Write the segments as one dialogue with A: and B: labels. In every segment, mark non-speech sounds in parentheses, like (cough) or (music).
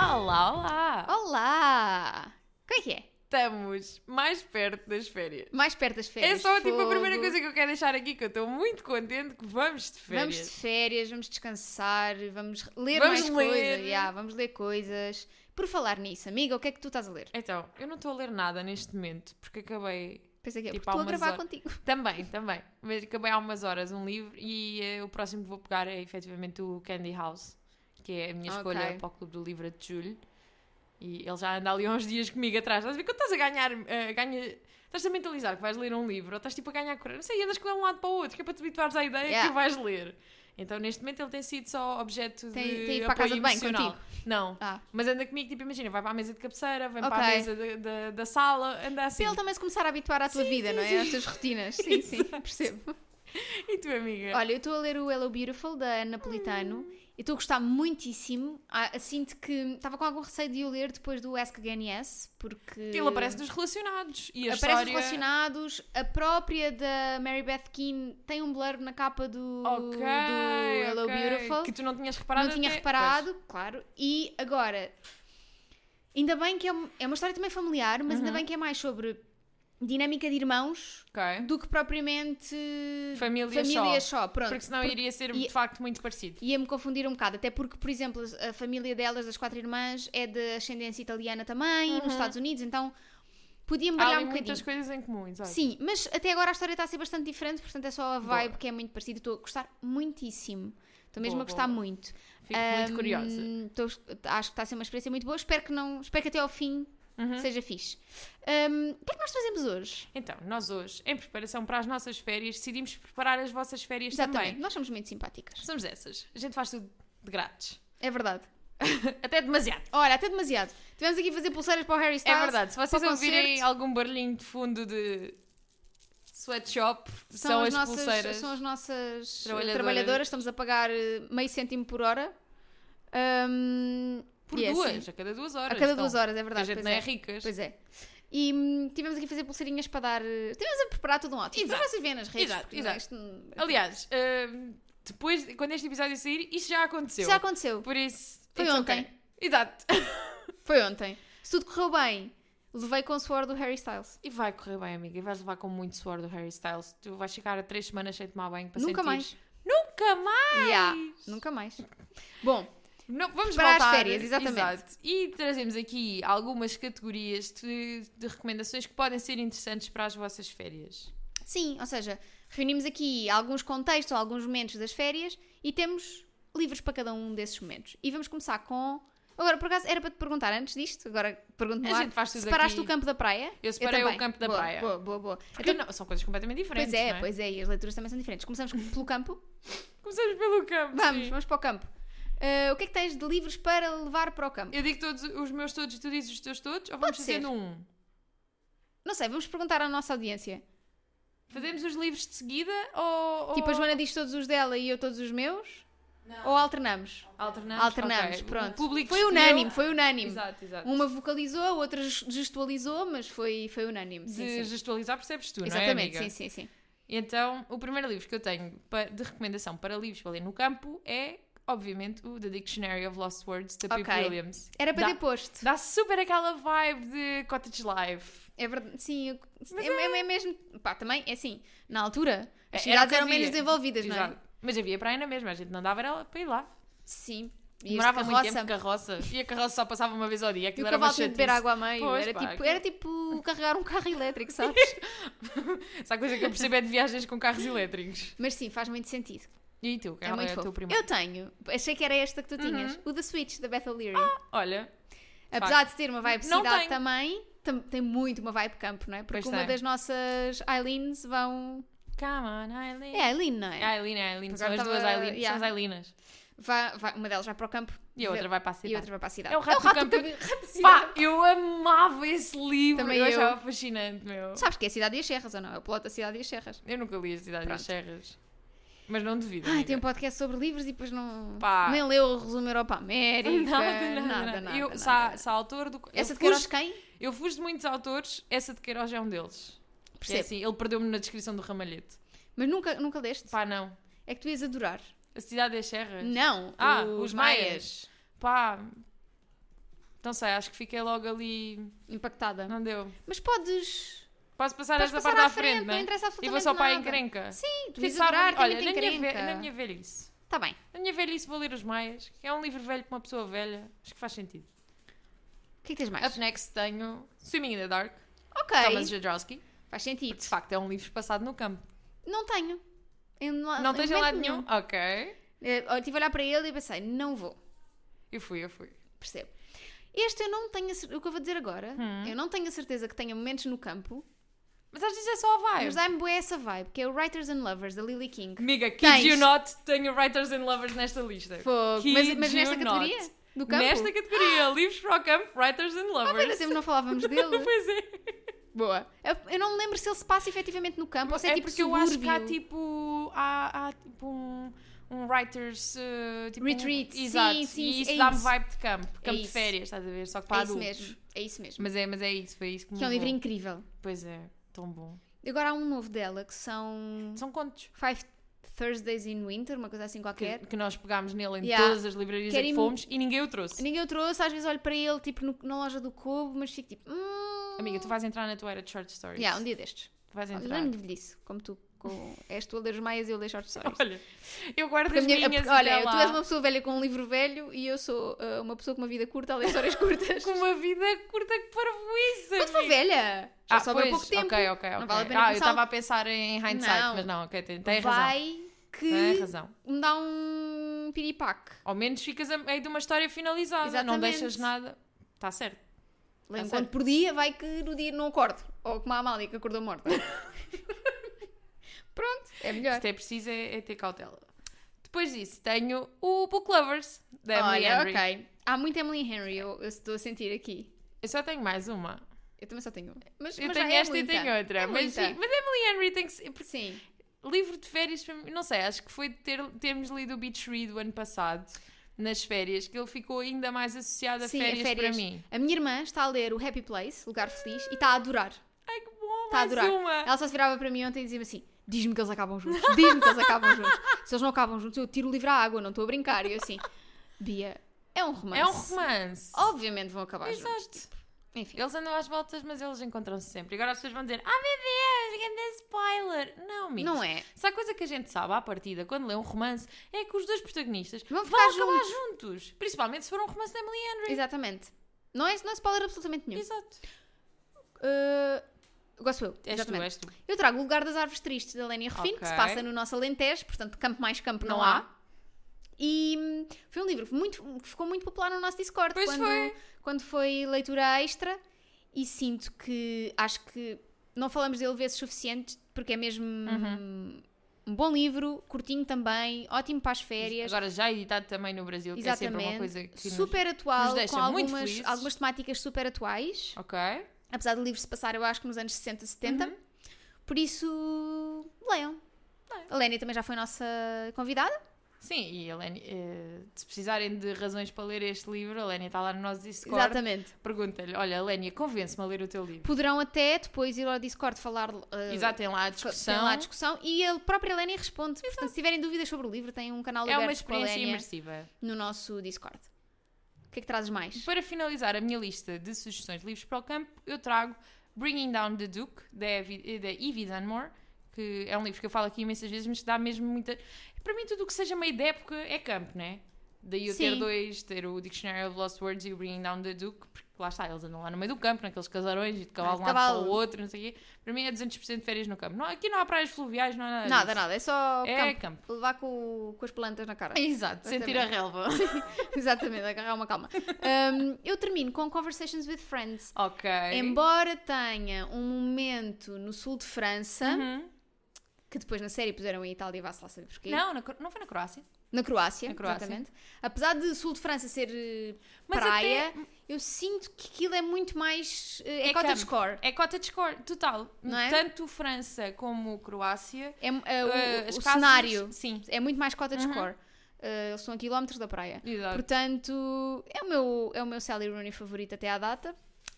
A: Olá, olá!
B: Olá! Como é que é?
A: Estamos mais perto das férias.
B: Mais perto das férias.
A: É só tipo a
B: fogo.
A: primeira coisa que eu quero deixar aqui, que eu estou muito contente que vamos de férias.
B: Vamos de férias, vamos descansar, vamos ler
A: Vamos
B: mais
A: ler.
B: coisas. Ya, vamos ler coisas. Por falar nisso, amiga, o que é que tu estás a ler?
A: Então, eu não estou a ler nada neste momento, porque acabei.
B: Pensa que é
A: Tipo,
B: porque
A: há
B: estou a
A: umas
B: gravar
A: horas. (laughs)
B: contigo.
A: Também, também. Mas acabei há umas horas um livro e eh, o próximo que vou pegar é efetivamente o Candy House, que é a minha
B: Ok.
A: escolha para o Clube do Livro de Julho. E ele já anda ali há uns dias comigo atrás. Estás a ver quando estás a ganhar. eh, ganha... Estás a mentalizar que vais ler um livro, ou estás tipo a ganhar coragem, não sei, e andas com ele de um lado para o outro, que é para te habituares à ideia
B: Yeah.
A: que vais ler. Então neste momento ele tem sido só objeto de.
B: Tem- tem ido para a
A: apoio
B: casa de banho
A: emocional.
B: contigo?
A: Não.
B: Ah.
A: Mas anda comigo, tipo, imagina, vai para a mesa de cabeceira, vem para a
B: Ok.
A: mesa de- da- da sala, anda
B: Se
A: assim.
B: ele tá- também se começar a habituar à tua
A: Sim,
B: vida,
A: sim,
B: não é?
A: sim.
B: Às tuas
A: (laughs)
B: rotinas. Sim, sim, percebo.
A: E tu, amiga?
B: Olha, eu estou a ler o Hello Beautiful da Ana
A: Hum.
B: Napolitano e estou a gostar muitíssimo. Ah, Sinto que estava com algum receio de o ler depois do Ask Again Yes, porque.
A: Ele aparece dos relacionados. E a
B: Aparece
A: história...
B: relacionados. A própria da Mary Beth Keane tem um blurb na capa do,
A: Ok,
B: do Hello
A: ok.
B: Beautiful.
A: Que é- tu não tinhas reparado
B: não tinha
A: até-
B: reparado, claro. E agora, ainda bem que é, um- é uma história também familiar, mas
A: Uhum.
B: ainda bem que é mais sobre dinâmica de irmãos
A: Pois. Ok.
B: do que propriamente
A: Família
B: só. Pronto.
A: Porque senão iria ser,
B: e-
A: de facto, muito parecido.
B: Ia-me confundir um bocado, até porque, por exemplo, as- a família delas, das quatro irmãs, é de ascendência italiana também, nos Estados Unidos, então podia-me
A: Uhum. Há
B: baralhar
A: ali
B: um bocadinho.
A: muitas coisas em comum, exato.
B: Sim, mas até agora a história está a ser bastante diferente, portanto é só a vibe que é muito parecida. Estou a gostar muitíssimo. Estou mesmo
A: Boa,
B: a gostar
A: boa.
B: muito.
A: Fico muito
B: Ahm,
A: curiosa.
B: estou- acho que está a ser uma experiência muito boa. Espero que, não, espero que até ao fim
A: Uhum.
B: seja fixe. Ahm, o que é que nós fazemos hoje?
A: Então, nós hoje, em preparação para as nossas férias, decidimos preparar as vossas férias
B: Exatamente.
A: também.
B: Nós somos muito simpáticas.
A: Somos dessas. A gente faz tudo de grátis.
B: É verdade.
A: Até demasiado.
B: Olha, até demasiado. Tivemos aqui a fazer pulseiras para o Harry
A: É
B: Styles.
A: verdade, se vocês
B: para o
A: ouvirem
B: concerto.
A: algum barulhinho de fundo de sweatshop, são, as,
B: nossas,
A: pulseiras.
B: São as nossas trabalhadoras.
A: Trabalhadoras.
B: Estamos a pagar eh, meio cêntimo por hora. Ahm,
A: Por
B: e é
A: duas,
B: assim.
A: a cada duas horas.
B: A cada
A: então.
B: duas horas, é
A: A
B: verdade.
A: gente
B: pois
A: não é,
B: é.
A: ricas.
B: Pois é. E hum, tivemos aqui a fazer pulseirinhas para dar. eh, Tivemos a preparar todo um ótimo. Para
A: Exato.
B: vocês verem nas redes.
A: Exato,
B: porque não é
A: exato.
B: isto-
A: Aliás, hum, depois, quando este episódio sair, isto já aconteceu.
B: Isso já aconteceu.
A: Por isso.
B: Foi
A: it's
B: ontem.
A: okay. Exato.
B: Foi ontem. Se tudo correu bem, levei com o suor do Harry Styles.
A: E vai correr bem, amiga. E vais levar com muito suor do Harry Styles. Tu vais chegar a três semanas sem tomar banho para
B: Nunca
A: sentires. Nunca mais!
B: Yeah, Nunca mais. Bom,
A: Não, vamos
B: Para as
A: voltar.
B: férias, exatamente.
A: Exato. E trazemos aqui algumas categorias de, de recomendações que podem ser interessantes para as vossas férias.
B: sim, ou seja, reunimos aqui alguns contextos, alguns momentos das férias e temos livros para cada um desses momentos. E vamos começar com. Agora, por acaso, era para te perguntar antes disto, agora pergunto-me
A: A
B: lá.
A: gente faz tudo
B: Separaste
A: aqui.
B: o campo da praia?
A: Eu separei o
B: também.
A: campo da
B: Boa,
A: praia. Então
B: Boa, boa, boa.
A: Porque não- são coisas completamente diferentes.
B: pois é,
A: não é?
B: pois é, e as leituras também são diferentes. Começamos com- pelo campo.
A: Começamos pelo campo.
B: Vamos,
A: sim.
B: vamos para o campo. Ah, o que é que tens de livros para levar para o campo?
A: Eu digo todos os meus todos e tu dizes os teus todos? Ou
B: Pode
A: vamos fazendo
B: ser.
A: um?
B: Não sei, vamos perguntar à nossa audiência.
A: Fazemos os livros de seguida ou. ou-
B: Tipo, a Joana diz todos os dela e eu todos os meus? Ou alternamos?
A: Alternamos.
B: Alternamos,
A: ok.
B: pronto.
A: O público
B: foi
A: escolheu-
B: unânime, foi unânime.
A: Exato, exato.
B: Uma vocalizou, a outra ges- gestualizou, mas foi, foi unânime.
A: De
B: Sim, sim.
A: gestualizar percebes tu, não é?
B: Exatamente,
A: amiga?
B: sim, sim, sim.
A: Então, o primeiro livro que eu tenho pa- de recomendação para livros para ler no campo é, obviamente, o The Dictionary of Lost Words, da Pip
B: Ok.
A: Williams.
B: Era para
A: Dá-
B: ter posto.
A: Dá super aquela vibe de Cottage Life.
B: É verdade, sim. eu- é, é- é mesmo. Pá, também, é assim, na altura, as
A: É, Era o
B: cidades
A: que
B: eram
A: havia.
B: menos desenvolvidas, não é?
A: Exato. Mas havia praia na mesma, a gente não dava era para ir lá.
B: Sim. E as
A: Demorava muito tempo de
B: carroça.
A: carroça. E a carroça só passava uma vez ao dia.
B: E o
A: Aquilo era uma
B: cavalo tinha de beber
A: chatice.
B: água a meio.
A: Pois,
B: era,
A: pá,
B: tipo,
A: aquilo-
B: era tipo carregar um
A: (laughs)
B: carro elétrico, sabes?
A: Essa coisa que eu percebo é de viagens com carros elétricos.
B: Mas sim, faz muito sentido.
A: E tu, que
B: É muito
A: o
B: fofo.
A: teu primeiro? Uhum.
B: Eu tenho. Achei que era esta que tu tinhas. O da Switch, da Beth O'Leary.
A: Olha,
B: Apesar de ter uma vibe
A: Ah, Não
B: cidade
A: tenho.
B: também, tam- tem muito uma vibe campo, não é? Porque
A: Pois
B: uma
A: tem.
B: das nossas Eileens vão...
A: come on, Aileen.
B: É Eileen, não é?
A: Aileen, Aileen,
B: Porque
A: são
B: eu
A: as
B: tava-
A: duas Aileen,
B: yeah.
A: são as Aileenas.
B: Vai- vai- uma delas vai para o campo
A: E a outra vai para a
B: e
A: cidade.
B: outra vai para a cidade.
A: É o rato do campo.
B: cabi- (laughs) rato da cidade.
A: Pá, eu amava esse livro,
B: Também
A: eu,
B: eu.
A: achava fascinante, meu.
B: Sabes que é a Cidade e as Serras, ou não? É o piloto da Cidade e as Serras.
A: Eu nunca li a Cidade das
B: Pronto.
A: Serras, mas não duvido.
B: Ai,
A: amiga. (laughs)
B: tem um podcast sobre livros e depois não...
A: Pá.
B: Nem leu o resumo Europa América.
A: (laughs) Nada, nada, nada. eu,
B: nada,
A: sa-
B: nada.
A: sa autor do...
B: Essa
A: eu
B: de Queiroz
A: fujo-
B: quem?
A: Eu fujo de muitos autores, essa de Queiroz é um deles. É
B: Percebo.
A: assim, ele perdeu-me na descrição do ramalhete.
B: Mas nunca, nunca leste?
A: Pá, não.
B: É que tu ias adorar.
A: Ah, A Cidade das Serras.
B: Não.
A: Ah, os maias. Pá, Não sei, acho que fiquei logo ali.
B: Impactada.
A: Não deu.
B: Mas podes.
A: Posso passar
B: podes
A: esta
B: passar
A: parte
B: à
A: à frente,
B: não
A: né? E
B: interessa absolutamente
A: vou só para a
B: nada.
A: encrenca.
B: Sim, tu
A: Quem
B: vais
A: sabe-
B: adorar, tem
A: olha,
B: muita
A: na minha, ve-
B: encrenca.
A: na minha velhice.
B: Tá bem.
A: Na minha velhice vou ler os maias, que é um livro velho para uma pessoa velha. Acho que faz sentido.
B: O que é que tens mais?
A: Up next tenho Swimming in the Dark,
B: ok.
A: Thomas Jodorowsky.
B: Faz
A: Porque
B: sentido.
A: de facto é um livro passado no campo.
B: Não tenho. Eu
A: não tens Ah,
B: em
A: em
B: momento
A: lado nenhum? Ok.
B: Eh, Eu estive a olhar para ele e pensei, não vou.
A: Eu fui, eu fui.
B: Percebo. Este eu não tenho a certeza. O que eu vou dizer agora,
A: Hum.
B: eu não tenho a certeza que tenha momentos no campo,
A: Mas às vezes é só a
B: mas
A: vibe.
B: dá-me bué essa vibe, que é o Writers and Lovers, da Lily King.
A: Amiga, kid
B: Tens.
A: you not, tenho Writers and Lovers nesta lista.
B: Fogo.
A: Kid
B: Mas, mas
A: you
B: nesta
A: not.
B: categoria? Do campo?
A: Nesta categoria, livros para o campo, Writers and
B: Ah, bem, nós
A: Lovers. (laughs)
B: sempre não falávamos dele.
A: pois é.
B: Boa. Eu, eu não me lembro se ele se passa efetivamente no campo ou se é,
A: é
B: tipo
A: porque eu acho que há
B: subúrbio.
A: tipo. Há, há, tipo um. Um writers. eh, tipo, um-
B: Retreat, sim,
A: exato.
B: sim,
A: e
B: sim,
A: isso
B: é
A: dá-me
B: isso.
A: vibe de campo. Campo de
B: isso.
A: férias, estás a ver? Só que para
B: É isso
A: adultos. Uhum.
B: mesmo. É isso mesmo.
A: Mas é, mas é isso, foi isso que me
B: Que é um livro
A: levou.
B: incrível.
A: Pois é, tão bom.
B: Agora há um novo dela que são
A: São contos.
B: Five Thursdays in Winter, uma coisa assim qualquer.
A: Que, que nós pegámos nele em
B: Yeah.
A: todas as livrarias
B: Quero
A: em que
B: im-
A: fomos e ninguém o trouxe.
B: Ninguém o trouxe, às vezes olho para ele tipo no- na loja do Cobo, mas fico tipo. Hum...
A: Amiga, tu vais entrar na tua era de short stories.
B: Yeah, um dia destes.
A: Tu vais entrar.
B: Lembro-me disso, como tu com... és tu a ler os maias e eu leio short stories.
A: Olha, eu guardo
B: Porque a
A: as
B: minha- a-
A: minhas
B: olha,
A: até
B: tu
A: lá,
B: és uma pessoa velha com um livro velho e eu sou ah, uma pessoa com uma vida curta a ler
A: (laughs)
B: histórias curtas.
A: com uma vida curta que parvoíça.
B: Quando foi velha? Já só deu
A: Ah, pois,
B: pouco tempo.
A: Ok, ok, ok.
B: Não vale a pena
A: ah, eu
B: começar-
A: estava a pensar em hindsight,
B: Não.
A: mas não, ok, tem, tem razão.
B: Vai
A: Tem
B: que
A: razão.
B: me dá um piripaque.
A: Ao menos ficas a meio de uma história finalizada, não
B: Exatamente.
A: deixas nada. Está certo.
B: Leio
A: Tá
B: um
A: certo.
B: conto por dia, vai que no dia não acordo. Ou como a Amália que
A: (laughs)
B: acordou morta. Pronto, é melhor.
A: Isto é preciso é, é ter cautela. Depois disso, tenho o Book Lovers, é da Emily
B: Olha,
A: Henry.
B: ok. Há muito Emily Henry, eu, eu estou a sentir aqui.
A: Eu só tenho mais uma.
B: Eu também só tenho uma. Mas,
A: Eu
B: mas
A: tenho
B: já é
A: esta e
B: muita.
A: tenho outra.
B: É
A: mas,
B: muita.
A: sim, mas Emily Henry tem que ser. porque
B: Sim.
A: Livro de férias, para mim- não sei, acho que foi de ter, termos lido o Beach Read o ano passado, nas férias, que ele ficou ainda mais associado a
B: Sim, a
A: férias,
B: férias.
A: para mim.
B: A minha irmã está a ler o Happy Place, Lugar Feliz, e está a adorar.
A: Ai que bom,
B: Está Tá a
A: mais
B: adorar.
A: uma!
B: Ela só se virava para mim ontem e dizia-me assim: diz-me que eles acabam juntos, diz-me que eles acabam juntos. Se eles não acabam juntos, eu tiro o livro à água, não estou a brincar. E eu assim: Bia, é um romance. Oh,
A: É um romance.
B: Obviamente vão acabar juntos.
A: Exato.
B: Enfim.
A: Eles andam às voltas, mas eles encontram-se sempre. E Agora as pessoas vão dizer: Ah, meu Deus, grande spoiler! Não, amigos.
B: Não é.
A: Se há coisa que a gente sabe à partida quando lê um romance é que os dois protagonistas vão,
B: Vão ficar
A: acabar juntos. Principalmente se for um romance da Emily Henry.
B: Exatamente. Não é, não é spoiler absolutamente nenhum.
A: Exato.
B: Uh, gosto eu.
A: És tu,
B: exatamente.
A: és tu.
B: Eu trago o Lugar das Árvores Tristes, da Lénia Refino, que se
A: Ok.
B: passa no nosso Alentejo, portanto, campo mais campo não,
A: Não
B: há.
A: há.
B: E hum, foi um livro muito, que ficou muito popular no nosso Discord
A: Pois
B: quando,
A: foi.
B: quando foi leitura extra. E sinto que acho que não falamos dele vezes suficientes, porque é mesmo
A: Uhum.
B: hum, um bom livro, curtinho também, ótimo para as férias.
A: Agora já é editado também no Brasil, que é sempre uma coisa que. nos-
B: super atual,
A: nos deixa
B: com
A: muito
B: algumas,
A: felizes.
B: algumas temáticas super atuais
A: Ok.
B: apesar do livro se passar, eu acho que nos anos 60, 70.
A: Uhum.
B: Por isso, leiam.
A: Leiam.
B: A Lénia também já foi nossa convidada.
A: Sim, e a Lénia, eh, se precisarem de razões para ler este livro, a Lénia está lá no nosso Discord.
B: Exatamente.
A: Pergunta-lhe: Olha, Lénia, convence-me a ler o teu livro.
B: Poderão até depois ir ao Discord falar. eh,
A: Exato, tem lá a
B: fa-
A: discussão.
B: Tem lá a discussão e a própria Lénia responde. Portanto, se tiverem dúvidas sobre o livro, tem um canal
A: é
B: aberto
A: uma
B: com a
A: experiência
B: Lénia
A: imersiva.
B: no nosso Discord. O que é que trazes mais?
A: Para finalizar a minha lista de sugestões de livros para o campo, eu trago Bringing Down the Duke, da Evie, da Evie Dunmore, que é um livro que eu falo aqui imensas vezes, mas dá mesmo muita. Para mim, tudo o que seja meio de época é campo, né? Daí eu ter
B: Sim.
A: dois, ter o Dictionary of Lost Words e o Bringing Down the Duke, porque lá está, eles andam lá no meio do campo, naqueles casarões, e de cavalo de um lado para
B: cavalo.
A: o outro, não sei o quê. Para mim é 200% de férias no campo. Não, aqui não há praias fluviais, não há nada.
B: Nada,
A: disso.
B: nada. É só
A: É
B: campo.
A: campo.
B: levar com, com as plantas na cara.
A: Exato, sentir a relva.
B: (laughs) Exatamente, agarrar uma
A: (laughs)
B: calma. Hum, eu termino com Conversations with Friends.
A: ok.
B: Embora tenha um momento no sul de França,
A: Uhum.
B: que depois na série puseram em Itália, vá-se lá saber porquê.
A: Não, na Cro- não foi na Croácia.
B: Na Croácia,
A: Na Croácia.
B: exatamente. Apesar de sul de França ser eh,
A: Mas
B: praia, eu sinto que aquilo é muito mais. eh, é
A: É
B: cottage
A: campo.
B: core.
A: É cottage core, total.
B: Não é?
A: Tanto França como Croácia.
B: É, eh, o-
A: eh,
B: o,
A: as
B: o
A: casas-
B: cenário
A: Sim.
B: é muito mais cottage core. Eh, eles estão a quilómetros da praia.
A: Exato.
B: Portanto, é o meu, é o meu Sally Rooney favorito até à data.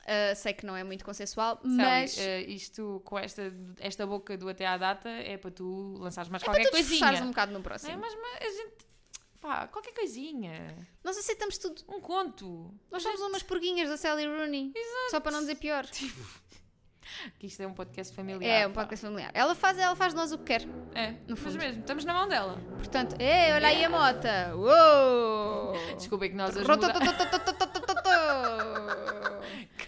B: Eh, sei que não é muito consensual,
A: Sally,
B: mas.
A: eh,
B: é
A: isto com esta, esta boca do até à data é para tu lançares mais
B: é para
A: qualquer
B: tu disfarçares
A: coisinha.
B: um bocado no
A: Não é?
B: próximo.
A: Mas, mas a gente. pá, qualquer coisinha.
B: Nós aceitamos tudo.
A: Um conto.
B: Nós somos umas porguinhas da Sally Rooney. Só para não dizer pior.
A: Que isto é um podcast familiar.
B: É, um
A: pá.
B: podcast familiar. Ela faz, ela faz de nós o que quer.
A: É,
B: no
A: mas
B: fundo.
A: mesmo, estamos na mão dela.
B: Portanto, é, olha aí a mota. Uou!
A: Desculpem que nós as muda...
B: Rototototototototototototototototototototototototototototototototototototototototototototototototototototototototototototototototo.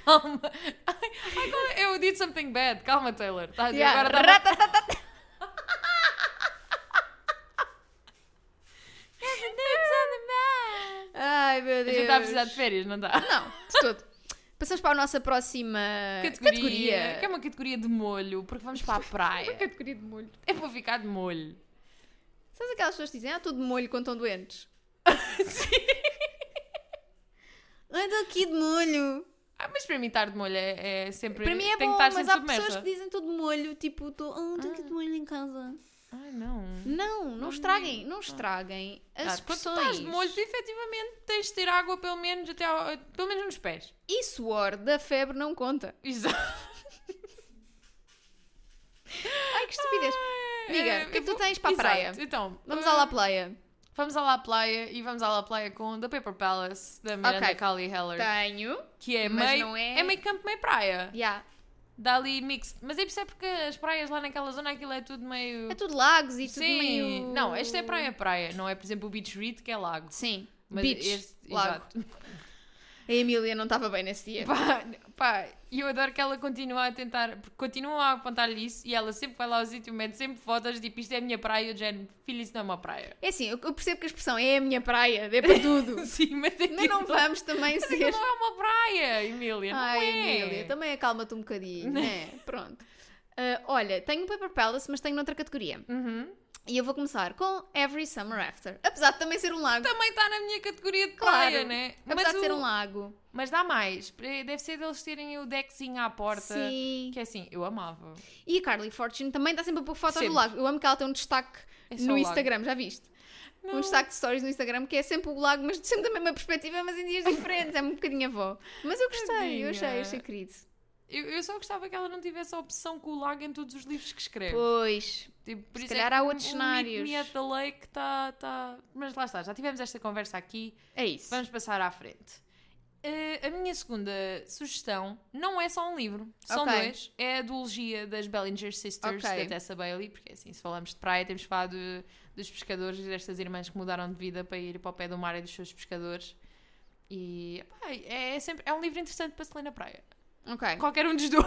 A: Calma. Ai, agora eu did something bad. Calma, Taylor. Estás
B: Yeah.
A: agora tá dá-
B: Ratatatatata. Ai, meu
A: A
B: Deus.
A: gente está a precisar de férias, não está?
B: Não, tá de todo. Passamos para a nossa próxima
A: Categoria, Que é uma categoria de molho, porque vamos para a
B: é Uma
A: praia.
B: categoria de molho.
A: Eu vou ficar de molho.
B: Sabes aquelas pessoas que dizem, ah, tudo de molho quando estão (laughs) doentes? Sim. Ando aqui de molho.
A: Ah, mas para mim estar de molho é, é sempre.
B: Para mim é
A: tem
B: bom,
A: que estar
B: mas
A: sempre
B: há
A: submersa.
B: pessoas que dizem tudo de molho, tipo, estou ah, tô aqui de molho em casa.
A: Ai, não.
B: Não, não é. Tá.
A: Não
B: estraguem,
A: digo.
B: não estraguem as
A: Ah, quando tu estás
B: expressões.
A: de molho, tu, efetivamente tens de ter água pelo menos até ao- pelo menos nos pés.
B: E suor da febre não conta.
A: Exato.
B: Ai, que estupidez. Amiga, o que é que tu tens para a praia?
A: Então,
B: Vamos
A: ah,
B: à La Playa.
A: Vamos à La Playa e vamos à La Playa com The Paper Palace da Miranda
B: Ok.
A: Cali Heller.
B: Tenho.
A: Que é
B: Mas
A: meio,
B: não é-
A: é... meio campo, meio praia.
B: Já.
A: Dá ali mix. Mas é aí percebe porque as praias lá naquela zona aquilo é tudo meio.
B: É tudo lagos e tudo
A: Sim.
B: meio...
A: Não, esta é praia-praia. Não é, por exemplo, o Beach Read que é lago.
B: Sim.
A: Mas
B: Beach,
A: este-
B: lago. é.
A: Exato. (laughs)
B: A Emília não estava bem nesse dia.
A: Pá, pá, e eu adoro que ela continua a tentar, porque continuam a apontar-lhe isso e ela sempre vai lá ao sítio, mete sempre fotos, tipo, isto é a minha praia, o género, filho, isso não é uma praia. (laughs)
B: É assim, eu eu percebo que a expressão é a minha praia, dê (laughs) para tudo.
A: Sim, mas é aquilo,
B: Mas não vamos (laughs) também
A: mas aquilo
B: ser...
A: não é uma praia, Emília, não
B: Ai,
A: é.
B: Emília, também acalma-te um bocadinho,
A: (laughs)
B: né? Pronto. Ah, olha, tenho o Paper Palace, mas tenho noutra categoria.
A: Uhum.
B: E eu vou começar com Every Summer After. Apesar de também ser um lago.
A: Também está na minha categoria de
B: Claro.
A: praia, né?
B: Apesar
A: Mas,
B: de ser
A: o-
B: um lago.
A: mas dá mais, deve ser deles terem o deckzinho à porta,
B: Sim.
A: que é assim, eu amava.
B: E a Carly Fortune também dá sempre a pôr fotos
A: Sempre.
B: do lago. Eu amo que ela tem um destaque
A: É só o
B: no
A: lago.
B: Instagram, já viste? Um destaque de stories no Instagram que é sempre o lago, mas sempre da mesma perspectiva, mas em dias diferentes. É um bocadinho avó. Mas eu gostei, eu achei,
A: Tadinha.
B: eu achei querido.
A: Eu, eu só gostava que ela não tivesse a opção com o lago em todos os livros que escreve.
B: Pois.
A: Tipo, por
B: Se
A: isso
B: calhar
A: é
B: há
A: que o-
B: outros
A: o
B: cenários.
A: Meet Me at the Lake está. Tá... Mas lá está, já tivemos esta conversa aqui,
B: É isso.
A: vamos passar à frente. Eh, a minha segunda sugestão não é só um livro, são
B: Ok.
A: dois. É a duologia das Bellinger Sisters,
B: Ok.
A: da Tessa Bailey, porque assim, se falamos de praia, temos de falar de- dos pescadores e destas irmãs que mudaram de vida para ir para o pé do mar e dos seus pescadores. E pá, é, é sempre, é um livro interessante para se ler na praia.
B: Ok.
A: Qualquer um dos dois.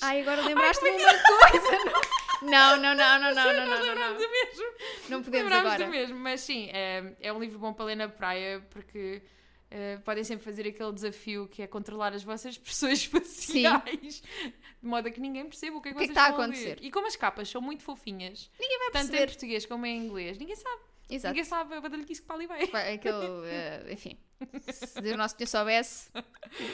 B: Ai, é agora lembraste-me uma coisa. Não, não, não, não, não, não,
A: Nós
B: não, não.
A: lembramos
B: Não,
A: do mesmo.
B: não podemos
A: Lembrámos do
B: agora.
A: mesmo, mas sim, é, é um livro bom para ler na praia porque eh, podem sempre fazer aquele desafio que é controlar as vossas (laughs) expressões faciais de modo a que ninguém perceba o que é que,
B: O que é que
A: vocês
B: está a
A: estão ler.
B: acontecer?
A: E como as capas são muito fofinhas,
B: Vai
A: tanto em
B: perceber.
A: português como em inglês, ninguém sabe,
B: Exato.
A: ninguém sabe a badalhoquice que para ali vai.
B: Vai, Aquele, eh, enfim, se o nosso senhor soubesse,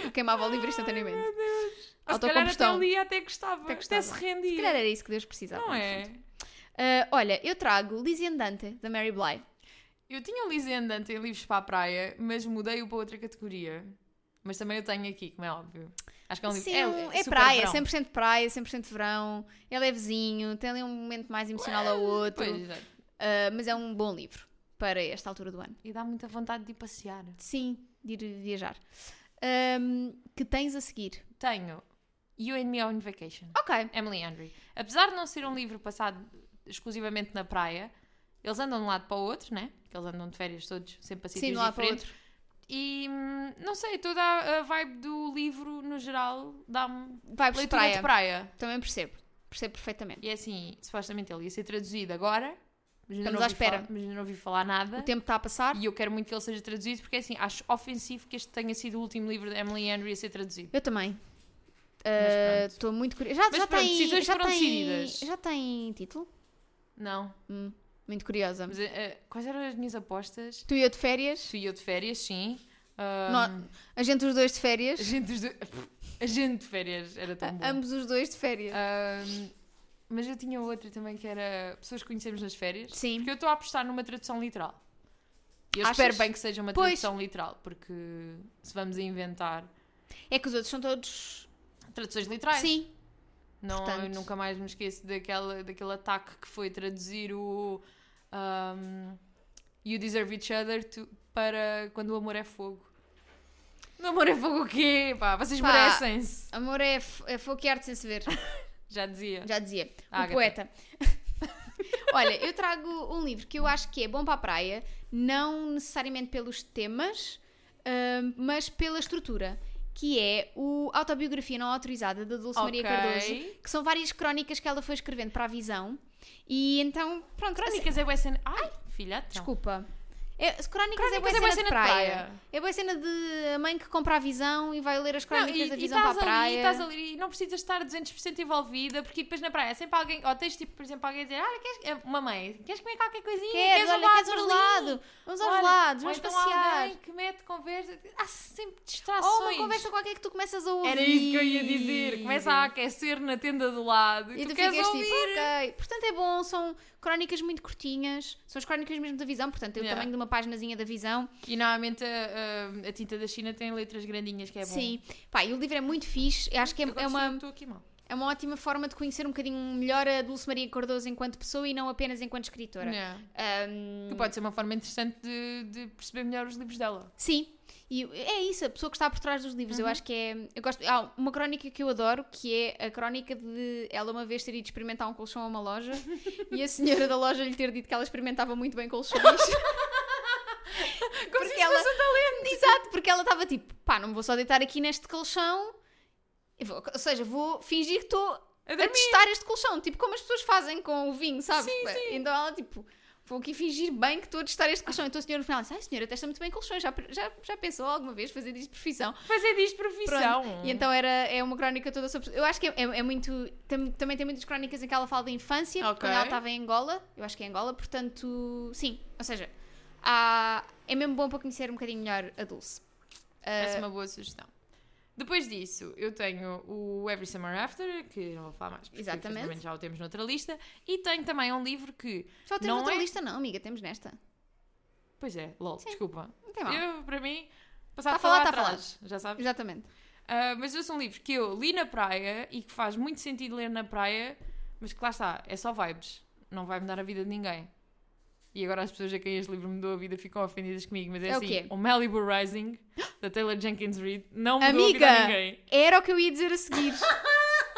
B: eu queimava o livro instantaneamente.
A: Ou se calhar até
B: Autocombustão.
A: ali até gostava, até,
B: Até
A: até se
B: gostava. Se
A: rendia.
B: calhar era isso que Deus precisava.
A: não
B: no
A: é?
B: fundo. Ah, olha, eu trago Lizzie Andante, da Mary Bly.
A: Eu tinha o Lise Andante em livros para a praia, mas mudei-o para outra categoria. Mas também eu tenho aqui, como é óbvio. Acho que é um livro.
B: Sim, um- é,
A: super
B: praia,
A: verão.
B: 100% praia, 100% verão. É levezinho, tem ali um momento mais emocional ao outro.
A: Pois, exato.
B: Ah, mas é um bom livro para esta altura do ano.
A: E dá muita vontade de ir passear.
B: Sim, de ir viajar. Ahm, que tens a seguir?
A: Tenho You and Me on Vacation,
B: Ok.
A: Emily Henry. Apesar de não ser um livro passado exclusivamente na praia, eles andam de um lado para o outro, né? Que eles andam de férias todos, sempre a
B: Sim, de
A: sítios
B: um lado para o
A: diferentes. E hum, não sei, toda a a vibe do livro no geral dá-me
B: Vibes de
A: leitura
B: praia.
A: de praia.
B: Também percebo. Percebo perfeitamente.
A: E é assim, supostamente ele ia ser traduzido agora, mas ainda
B: Estamos
A: não
B: à
A: ouvi
B: espera.
A: falar- mas ainda não ouvi falar nada.
B: O tempo está a passar.
A: E eu quero muito que ele seja traduzido, porque assim, acho ofensivo que este tenha sido o último livro da Emily Henry a ser traduzido.
B: Eu também.
A: Mas
B: Estou muito curiosa. Já,
A: Mas
B: já
A: pronto,
B: tem,
A: decisões
B: já,
A: foram
B: tem,
A: decididas.
B: já tem título?
A: Não.
B: Hum, muito curiosa.
A: Mas, é- eh, quais eram as minhas apostas?
B: Tu e eu de férias?
A: Tu e eu de férias, sim. Ahm,
B: Nó- a gente os dois de férias?
A: a, gente dos dois- a gente de férias era tão bom.
B: Ambos os dois de férias.
A: Ahm, mas eu tinha outra também que era pessoas que conhecemos nas férias.
B: Sim.
A: Porque eu estou a apostar numa tradução literal. E eu
B: Achas?
A: espero bem que seja uma
B: Pois.
A: tradução literal, porque se vamos a inventar
B: É que os outros são todos.
A: traduções literais,
B: Sim.
A: não, eu
B: portanto.
A: nunca mais me esqueço daquela, daquele ataque que foi traduzir o. ahm, um, You Deserve Each Other to- para Quando o Amor é Fogo. No Amor é Fogo o quê? Pá, vocês
B: Pá.
A: merecem-se.
B: Amor é, f- é fogo e arte sem se ver.
A: Já dizia.
B: Já dizia. O
A: Ágata.
B: poeta. (laughs) Olha, eu trago um livro que eu acho que é bom para a praia, não necessariamente pelos temas, ahm, mas pela estrutura, que é o Autobiografia Não Autorizada da Dulce Maria
A: Ok.
B: Cardoso, que são várias crónicas que ela foi escrevendo para a visão. E então, pronto, assim,
A: Crónicas é boa cena. Ai, filha, então.
B: desculpa. É, crónicas, é boa
A: Crónicas
B: cena, de praia.
A: praia.
B: É boa cena de a mãe que compra a visão e vai ler as crónicas da visão para a
A: estás ali,
B: praia.
A: e estás ali e não precisas estar 200% envolvida, porque depois na praia é sempre alguém, ou tens tipo, por exemplo, alguém a dizer, olha, queres, é uma mãe, queres comer qualquer coisinha?
B: Queres, olha,
A: lado
B: queres um
A: ali?
B: gelado? Vamos aos
A: Olha,
B: lados,
A: ou
B: vamos
A: então
B: passear.
A: alguém que mete conversa, há sempre
B: Ou
A: distrações.
B: uma conversa qualquer que tu começas a ouvir.
A: Era isso que eu ia dizer, começa a aquecer na tenda do lado e,
B: E tu
A: queres
B: ficas
A: ouvir.
B: tipo, ok. Portanto, é bom, são crónicas muito curtinhas, são as crónicas mesmo da visão, portanto, é o
A: Yeah.
B: tamanho de uma páginazinha da visão.
A: E normalmente a, a- a tinta da China tem letras grandinhas, que é bom.
B: Sim. Pá, e o livro é muito fixe, eu acho que é,
A: Agora
B: é uma,
A: Estou aqui mal.
B: é uma ótima forma de conhecer um bocadinho melhor a Dulce Maria Cardoso enquanto pessoa e não apenas enquanto escritora.
A: Yeah.
B: Ahm,
A: Que pode ser uma forma interessante de, de perceber melhor os livros dela.
B: Sim, e é isso, a pessoa que está por trás dos livros. Eu acho que é. Eu gosto, há uma crónica que eu adoro, que é a crónica de ela uma vez ter ido experimentar um colchão a uma loja e a senhora da loja lhe ter dito que ela experimentava muito bem colchões.
A: Como
B: porque ela... Exato, porque ela estava tipo, pá, não me vou só deitar aqui neste colchão. Eu vou- ou seja, vou fingir que estou
A: A
B: a
A: dormir.
B: testar este colchão, tipo como as pessoas fazem com o vinho, sabes?
A: Sim,
B: Então ela, tipo, vou aqui fingir bem que estou a testar este colchão. Então a senhora no final disse, ai senhora, testa muito bem colchões, já, já, já pensou alguma vez fazer disto profissão?
A: fazer disto profissão.
B: E então era, é uma crónica toda sobre... Eu acho que é, é- é muito... tam- também tem muitas crónicas em que ela fala da infância,
A: Ok.
B: quando ela estava em Angola, eu acho que é Angola, portanto, sim, ou seja, há- é mesmo bom para conhecer um bocadinho melhor a Dulce. Ah,
A: Essa é
B: eh,
A: uma boa sugestão. Depois disso, eu tenho o Every Summer After, que não vou falar mais, porque
B: Exatamente.
A: infelizmente já o temos noutra lista. E tenho também um livro que.
B: Já temos
A: Não
B: outra
A: é?
B: lista não, amiga, temos nesta.
A: Pois é, LOL, desculpa.
B: Não tem mal.
A: Eu, para mim, passar
B: Tá
A: a falar,
B: a falar, tá a
A: atrás, já sabes.
B: Exatamente.
A: Ah, mas eu sou um livro que eu li na praia e que faz muito sentido ler na praia, mas que lá está, é só vibes. Não vai mudar a vida de ninguém. E agora as pessoas a quem este livro mudou a vida ficam ofendidas comigo, mas é,
B: É o
A: assim:
B: quê?
A: o Malibu Rising, da Taylor Jenkins Reid, não mudou a vida
B: Amiga!
A: de ninguém.
B: Era o que eu ia dizer a seguir.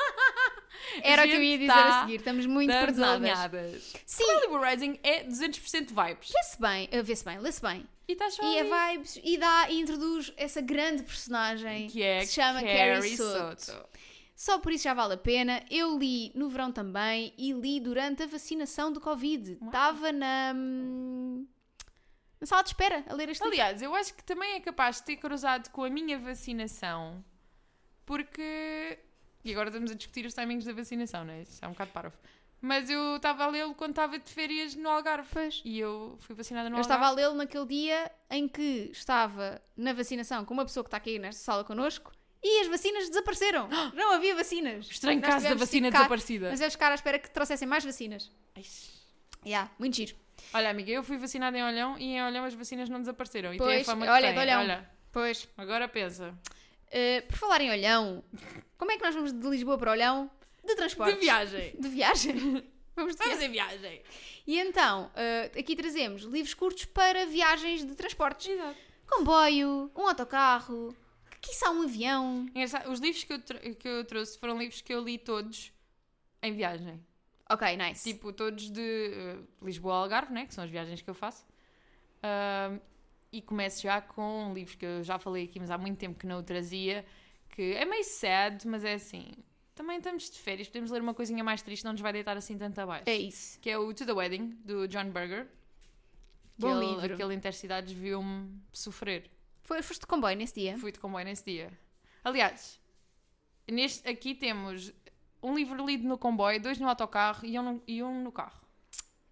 A: (laughs)
B: Era o que eu ia
A: Gente,
B: dizer
A: tá
B: a seguir. Estamos muito
A: Estamos
B: coordenadas.
A: alinhadas.
B: Sim,
A: Malibu Rising é 200% vibes.
B: vê-se bem, eh, vê-se bem, lê-se bem.
A: E está só.
B: E
A: ali.
B: é vibes e dá e introduz essa grande personagem
A: que é
B: se chama Carrie Soto.
A: Soto.
B: Só por isso já vale a pena. Eu li no verão também e li durante a vacinação do Covid.
A: Uau.
B: Estava na, hum, na sala de espera a ler este livro.
A: Aliás, eu acho que também é capaz de ter cruzado com a minha vacinação, porque. E agora estamos a discutir os timings da vacinação, não é? Isto é um bocado parvo. Mas eu estava a lê-lo quando estava de férias no Algarve.
B: Pois.
A: E eu fui vacinada no
B: Eu estava a
A: Algarve.
B: lê-lo naquele dia em que estava na vacinação com uma pessoa que está aqui nesta sala connosco e as
A: (gasps)
B: vacinas desapareceram. Não havia vacinas.
A: Estranho
B: Nós
A: caso da
B: tivemos que
A: vacina
B: ficar-
A: desaparecida.
B: Mas eu ficar à espera que trouxessem mais vacinas. Yeah, muito giro.
A: Olha, amiga, eu fui vacinada em Olhão e em Olhão as vacinas não desapareceram. E tem a
B: Pois,
A: fama que
B: olha,
A: tem.
B: de Olhão.
A: Olha,
B: Pois,
A: agora pensa.
B: eh, por falar em Olhão, como é que nós vamos de Lisboa para Olhão? De transportes.
A: De
B: (laughs)
A: viagem. (laughs)
B: De viagem. Vamos de viagem.
A: Estamos em viagem.
B: (laughs) E então, eh, aqui trazemos livros curtos para viagens de transportes.
A: Exato.
B: Comboio, um autocarro, que quiçá um avião.
A: Engraçado, os livros que eu, tr- que eu trouxe foram livros que eu li todos em viagem.
B: Ok, nice.
A: Tipo, todos de eh, Lisboa ao Algarve, né? que são as viagens que eu faço. Ahm, e começo já com livros que eu já falei aqui, mas há muito tempo que não o trazia, que é meio sad, mas é assim. Também estamos de férias, podemos ler uma coisinha mais triste, não nos vai deitar assim tanto abaixo.
B: é isso.
A: Que é o To the Wedding, do John Berger.
B: Bom
A: Aquele-
B: livro.
A: Aquele Intercidades viu-me sofrer.
B: Foi, foste de comboio nesse dia?
A: Fui de comboio nesse dia. Aliás, neste, aqui temos um livro lido no comboio, dois no autocarro e um no, e um no carro.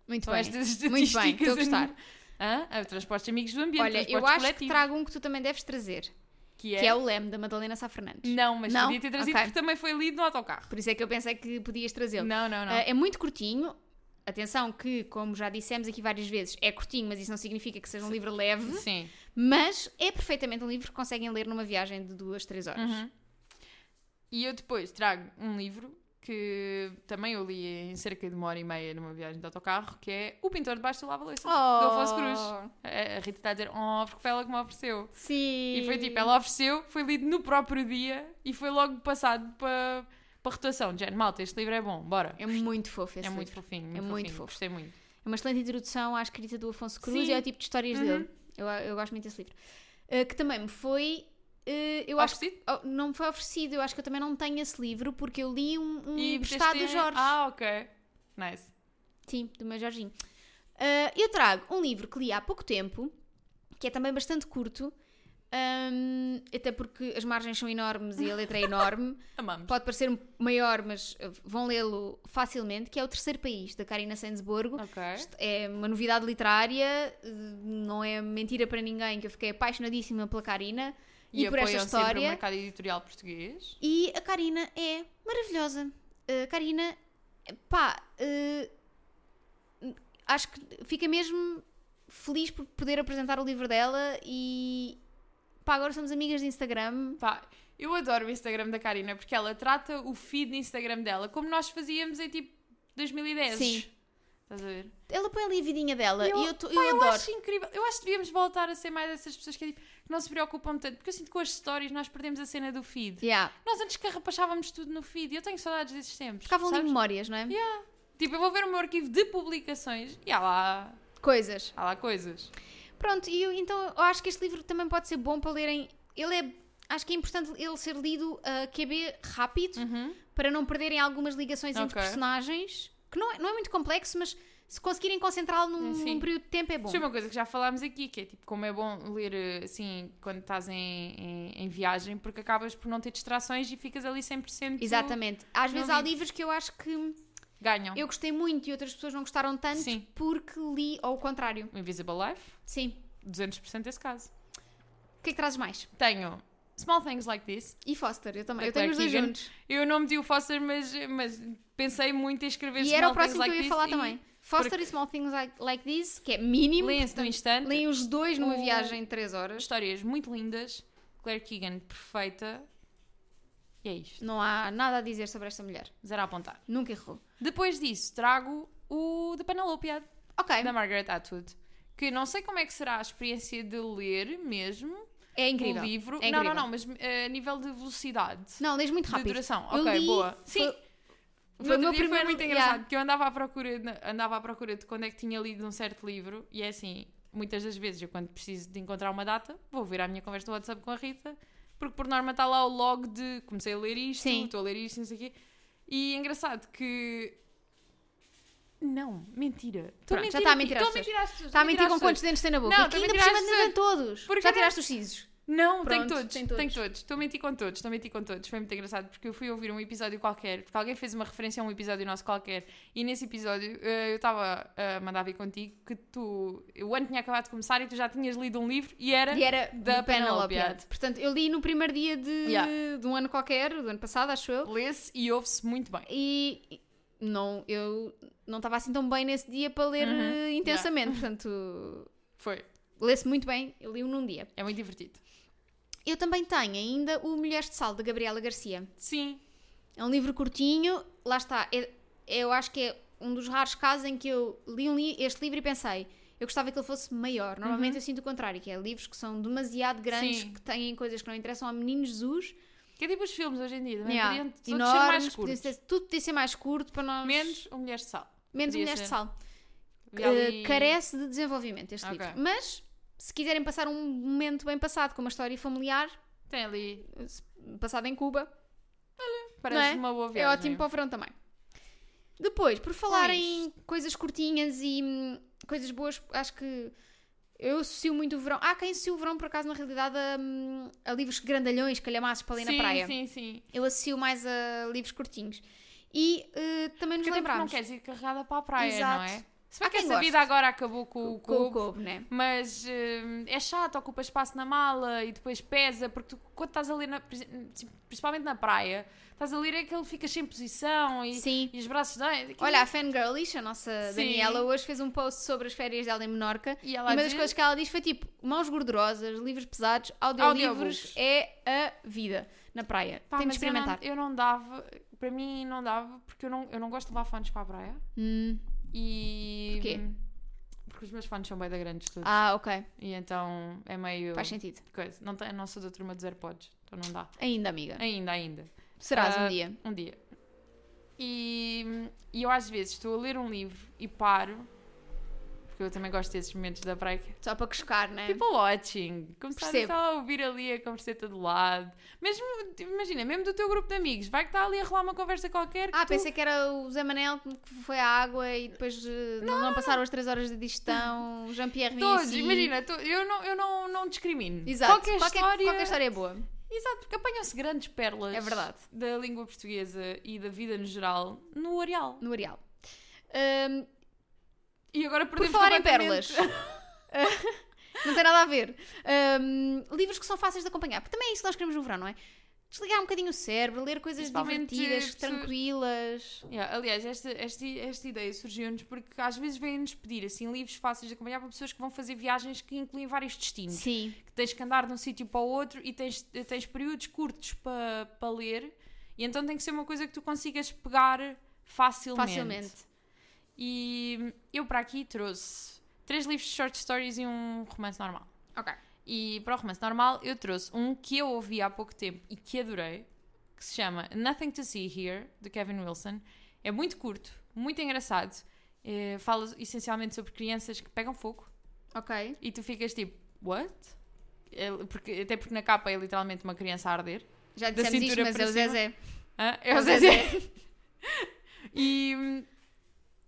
B: Muito
A: São
B: bem.
A: estas
B: Muito
A: estatísticas.
B: bem, estou a
A: em-
B: gostar.
A: Hã? Ah, transportes amigos do ambiente,
B: Olha, eu
A: transportes
B: acho que
A: coletivos,
B: trago um que tu também deves trazer,
A: que é...
B: que é o Leme, da Madalena Sá Fernandes.
A: Não, mas
B: Não?
A: podia ter trazido
B: Ok.
A: porque também foi lido no autocarro.
B: Por isso é que eu pensei que podias trazê-lo.
A: Não, não, não.
B: Ah, é muito curtinho. Atenção que, como já dissemos aqui várias vezes, é curtinho, mas isso não significa que seja um livro leve.
A: Sim.
B: Mas é perfeitamente um livro que Uhum. conseguem ler numa viagem de duas, três horas.
A: Uhum. E eu depois trago um livro que também eu li em cerca de uma hora e meia numa viagem de autocarro, que é O Pintor Debaixo do
B: Oh!
A: Lava-Louças, do Afonso Cruz. A a Rita está a dizer, oh, porque foi ela que me ofereceu.
B: Sim.
A: E foi tipo, ela ofereceu, foi lido no próprio dia e foi logo passado para para rotação. Jen, malta, este livro é bom, bora.
B: É muito fofo esse
A: é
B: livro.
A: muito fofinho, muito
B: É muito
A: fofinho,
B: fofo.
A: gostei muito.
B: É uma excelente introdução à escrita do Afonso Cruz
A: Sim.
B: e ao tipo de histórias
A: Uhum.
B: dele. Eu, eu gosto muito desse livro. Uh, que também me foi. uh, eu acho
A: Oferecido?
B: que oh, não me foi oferecido, eu acho que eu também não tenho esse livro porque eu li um, um
A: E
B: emprestado do
A: meteste-
B: Jorge.
A: Ah, ok. Nice.
B: Sim, do meu Jorginho. Uh, eu trago um livro que li há pouco tempo, que é também bastante curto, um, até porque as margens são enormes e a letra é
A: (laughs)
B: enorme.
A: Amamos.
B: Pode parecer maior, mas uh, vão lê-lo facilmente, que é O Terceiro País, da Karina Sainsborgo.
A: Ok.
B: Isto é uma novidade literária, eh, não é mentira para ninguém que eu fiquei apaixonadíssima pela Karina e, por
A: apoiam
B: esta
A: sempre o
B: história.
A: mercado editorial português.
B: E a Karina é maravilhosa. A Karina, pá, eh, acho que fica mesmo feliz por poder apresentar o livro dela e pá, agora somos amigas de Instagram.
A: Pá, eu adoro o Instagram da Karina porque ela trata o feed do Instagram dela como nós fazíamos em tipo 2010.
B: Sim.
A: Estás a ver?
B: Ela põe ali a vidinha dela
A: Eu-
B: e eu, to- eu
A: Pá, eu
B: adoro.
A: acho incrível. Eu acho que devíamos voltar a ser mais essas pessoas que, é, tipo, que não se preocupam tanto. Porque eu sinto que com as stories nós perdemos a cena do feed.
B: Yeah.
A: Nós antes carrapachávamos tudo no feed. Eu tenho saudades desses tempos.
B: Ficavam ali
A: sabes?
B: memórias, não é?
A: Yeah. Tipo, eu vou ver o meu arquivo de publicações e há lá,
B: Coisas.
A: há lá coisas.
B: Pronto, e eu, então eu acho que este livro também pode ser bom para lerem. Ele é. Acho que é importante ele ser lido a QB rápido para não perderem algumas ligações entre
A: Hum. Ok.
B: personagens. Que não é, não é muito complexo, mas se conseguirem concentrá-lo num,
A: Sim.
B: num período de tempo é bom.
A: Isso é uma coisa que já falámos aqui, que é tipo, como é bom ler eh, assim quando estás em, em, em viagem, porque acabas por não ter distrações e ficas ali 100%
B: Exatamente. Às
A: Não
B: vezes há
A: li.
B: livros que eu acho que
A: ganham.
B: eu gostei muito e outras pessoas não gostaram tanto
A: Sim.
B: porque li ao contrário.
A: O Invisible Life,
B: Sim.
A: 200% desse caso.
B: O que é que trazes mais?
A: Tenho Small Things Like This.
B: E Foster, eu também.
A: Da
B: eu tenho
A: Claire
B: os dois
A: Keegan.
B: juntos.
A: Eu não meti o Foster, mas, mas pensei muito em escrever
B: E
A: Small
B: era o
A: Things
B: próximo
A: Like
B: que eu ia
A: This
B: falar
A: e
B: também. Foster e Small Things Like, Like This, que é mínimo.
A: Leem-se no instante.
B: Leem os dois numa
A: O-
B: viagem de 3 horas.
A: Histórias muito lindas. Claire Keegan, perfeita. E é isto.
B: Não há nada a dizer sobre esta mulher.
A: Zero a apontar.
B: Nunca errou.
A: Depois disso, trago o de Penelope Ad-
B: Ok,
A: da Margaret Atwood. Que não sei como é que será a experiência de ler mesmo
B: é
A: o
B: incrível.
A: um livro.
B: É
A: não,
B: incrível.
A: não, não, mas eh, a nível de velocidade.
B: Não, lês muito
A: De
B: rápido.
A: duração.
B: Eu
A: ok,
B: li-
A: boa.
B: foi-
A: Sim. no outro
B: foi o meu
A: dia
B: primeiro-
A: foi muito
B: yeah.
A: engraçado, porque eu andava à, procura, de- andava à procura de quando é que tinha lido um certo livro, e é assim, muitas das vezes eu quando preciso de encontrar uma data, vou ver a minha conversa do WhatsApp com a Rita, porque por norma está lá o log de comecei a ler isto,
B: Sim.
A: estou a ler isto, não sei o quê. E é engraçado que... Não, mentira. Estou
B: Pronto, já está a mentir às
A: Estou a mentir às pessoas. estou
B: Está Tá a mentir
A: às
B: com
A: pessoas.
B: quantos dentes tem na boca.
A: Não,
B: Aqui
A: estou a
B: ainda por
A: mentir
B: cima
A: às
B: não tem todos.
A: Porque
B: Já
A: era-
B: tiraste os sisos.
A: Não, tem
B: Pronto,
A: todos,
B: tem
A: tem
B: todos.
A: todos. Estou a mentir com todos, estou a mentir com todos. Foi muito engraçado porque eu fui ouvir um episódio qualquer, porque alguém fez uma referência a um episódio nosso qualquer, e nesse episódio eh, eu estava a mandar vir contigo que tu. O ano tinha acabado de começar e tu já tinhas lido um livro e era.
B: E era
A: Da
B: da Penelope.
A: Penelope Ad.
B: Ad. Portanto, eu li no primeiro dia de,
A: Yeah.
B: de um ano qualquer, do ano passado, acho eu.
A: Lê-se e ouve-se muito bem.
B: E não, eu não estava assim tão bem nesse dia para ler
A: Uhum.
B: eh, intensamente. Portanto,
A: Foi.
B: lê-se muito bem. Eu li-o num dia.
A: É muito divertido.
B: Eu também tenho ainda o Mulheres de Sal, de Gabriela Garcia.
A: Sim.
B: É um livro curtinho, lá está. é- eu acho que é um dos raros casos em que eu li, um li- este livro e pensei, eu gostava que ele fosse maior. Normalmente eu sinto o contrário, que é livros que são demasiado grandes,
A: Uhum. Sim.
B: que têm coisas que não interessam ao menino Jesus.
A: Que é tipo os filmes hoje em dia, também
B: Yeah.
A: podiam todos ser mais
B: Enormes, podia
A: curtos.
B: ser- tudo podia ser mais curto para nós.
A: Menos o Mulheres de Sal.
B: menos
A: podia
B: Mulheres de
A: ser.
B: Sal.
A: Já li-
B: Eh, carece de desenvolvimento este
A: Ok.
B: livro. Mas, se quiserem passar um momento bem passado com uma história familiar,
A: Tem ali.
B: passada em Cuba,
A: Parece
B: é?
A: uma boa
B: É
A: viagem.
B: ótimo para o verão também. Depois, por falar
A: Pois.
B: em coisas curtinhas e hum, coisas boas, acho que eu associo muito o verão. Há quem associe o verão, por acaso, na realidade, a, hum, a livros grandalhões, calhamaços para ali
A: sim,
B: na praia.
A: Sim, sim.
B: Eu associo mais a livros curtinhos. E eh, também nos
A: Porque até porque não
B: lembramos.
A: queres ir carregada para a praia, não
B: Exato.
A: é? Se bem
B: Há
A: que
B: quem
A: essa
B: goste.
A: vida agora acabou com,
B: Com o
A: o cubo.
B: couve, né?
A: Mas hum, é chato, ocupa espaço na mala e depois pesa, porque tu, quando estás ali, na- tipo, principalmente na praia, estás ali é que ele fica sem posição e,
B: Sim.
A: e os braços dão. é aquilo-
B: Olha, a fangirlish, a nossa
A: Sim.
B: Daniela, hoje fez um post sobre as férias dela em Menorca.
A: E
B: E,
A: ela
B: uma
A: diz-
B: das coisas que ela diz foi tipo: mãos gordurosas, livros pesados, audiolivros
A: Audiobooks.
B: é a vida na praia.
A: Pá,
B: Tem de
A: mas eu não-
B: experimentar.
A: Eu não, dava, para mim não dava, porque eu não, eu não gosto de levar fones para a praia.
B: Hum.
A: E. hum,
B: Porquê?
A: Porque os meus fones são bem da grandes todos.
B: Ah, ok.
A: E então é meio.
B: Faz sentido. Tá.
A: Coisa. Não, tem, não sou da turma dos AirPods, então não dá.
B: Ainda, amiga.
A: Ainda, ainda.
B: Serás
A: Ah,
B: um dia.
A: Um dia. E, e eu às vezes estou a ler um livro e paro, porque eu também gosto desses momentos da praia. que-
B: Só para cuscar, né?
A: People watching, começar
B: Percebo.
A: só a ouvir ali a converseta do lado. Mesmo, tipo, imagina, mesmo do teu grupo de amigos, vai que está ali a rolar uma conversa qualquer. que
B: ah,
A: tu-
B: pensei que era o Zé Manel que foi à água e depois eh, não, não passaram as 3 horas de digestão. Jean-Pierre
A: Todos,
B: Ninsi.
A: imagina, to- eu, não, eu não, não discrimino.
B: Exato.
A: Qualquer, história.
B: qualquer história é boa.
A: Exato, porque apanham-se grandes perlas
B: É verdade.
A: da língua portuguesa e da vida no geral no Areal.
B: No Arial. Hum,
A: E agora
B: Por
A: perdemos
B: falar em
A: completamente- (laughs)
B: pérolas. (laughs) não tem nada a ver. Hum, livros que são fáceis de acompanhar. Porque também é isso que nós queremos no verão, não é? Desligar um bocadinho o cérebro, ler coisas
A: Principalmente
B: divertidas,
A: pessoas-
B: tranquilas.
A: Yeah, aliás, esta, esta, esta ideia surgiu-nos porque às vezes vêm-nos pedir assim, livros fáceis de acompanhar para pessoas que vão fazer viagens que incluem vários destinos.
B: Sim.
A: Que tens que andar de um sítio para o outro e tens, tens períodos curtos para, para ler, e então tem que ser uma coisa que tu consigas pegar facilmente.
B: Facilmente.
A: E eu para aqui trouxe três livros de short stories e um romance normal.
B: Ok.
A: E para o romance normal eu trouxe um que eu ouvi há pouco tempo e que adorei, que se chama Nothing to See Here, de Kevin Wilson. É muito curto, muito engraçado. Eh, fala essencialmente sobre crianças que pegam fogo
B: Ok.
A: e tu ficas tipo, what? Ele- porque, até porque na capa é literalmente uma criança a arder.
B: Já
A: Da
B: dissemos isto,
A: cintura
B: mas
A: para
B: é o
A: cima.
B: Zezé.
A: Hã? É o (laughs) Zezé. e,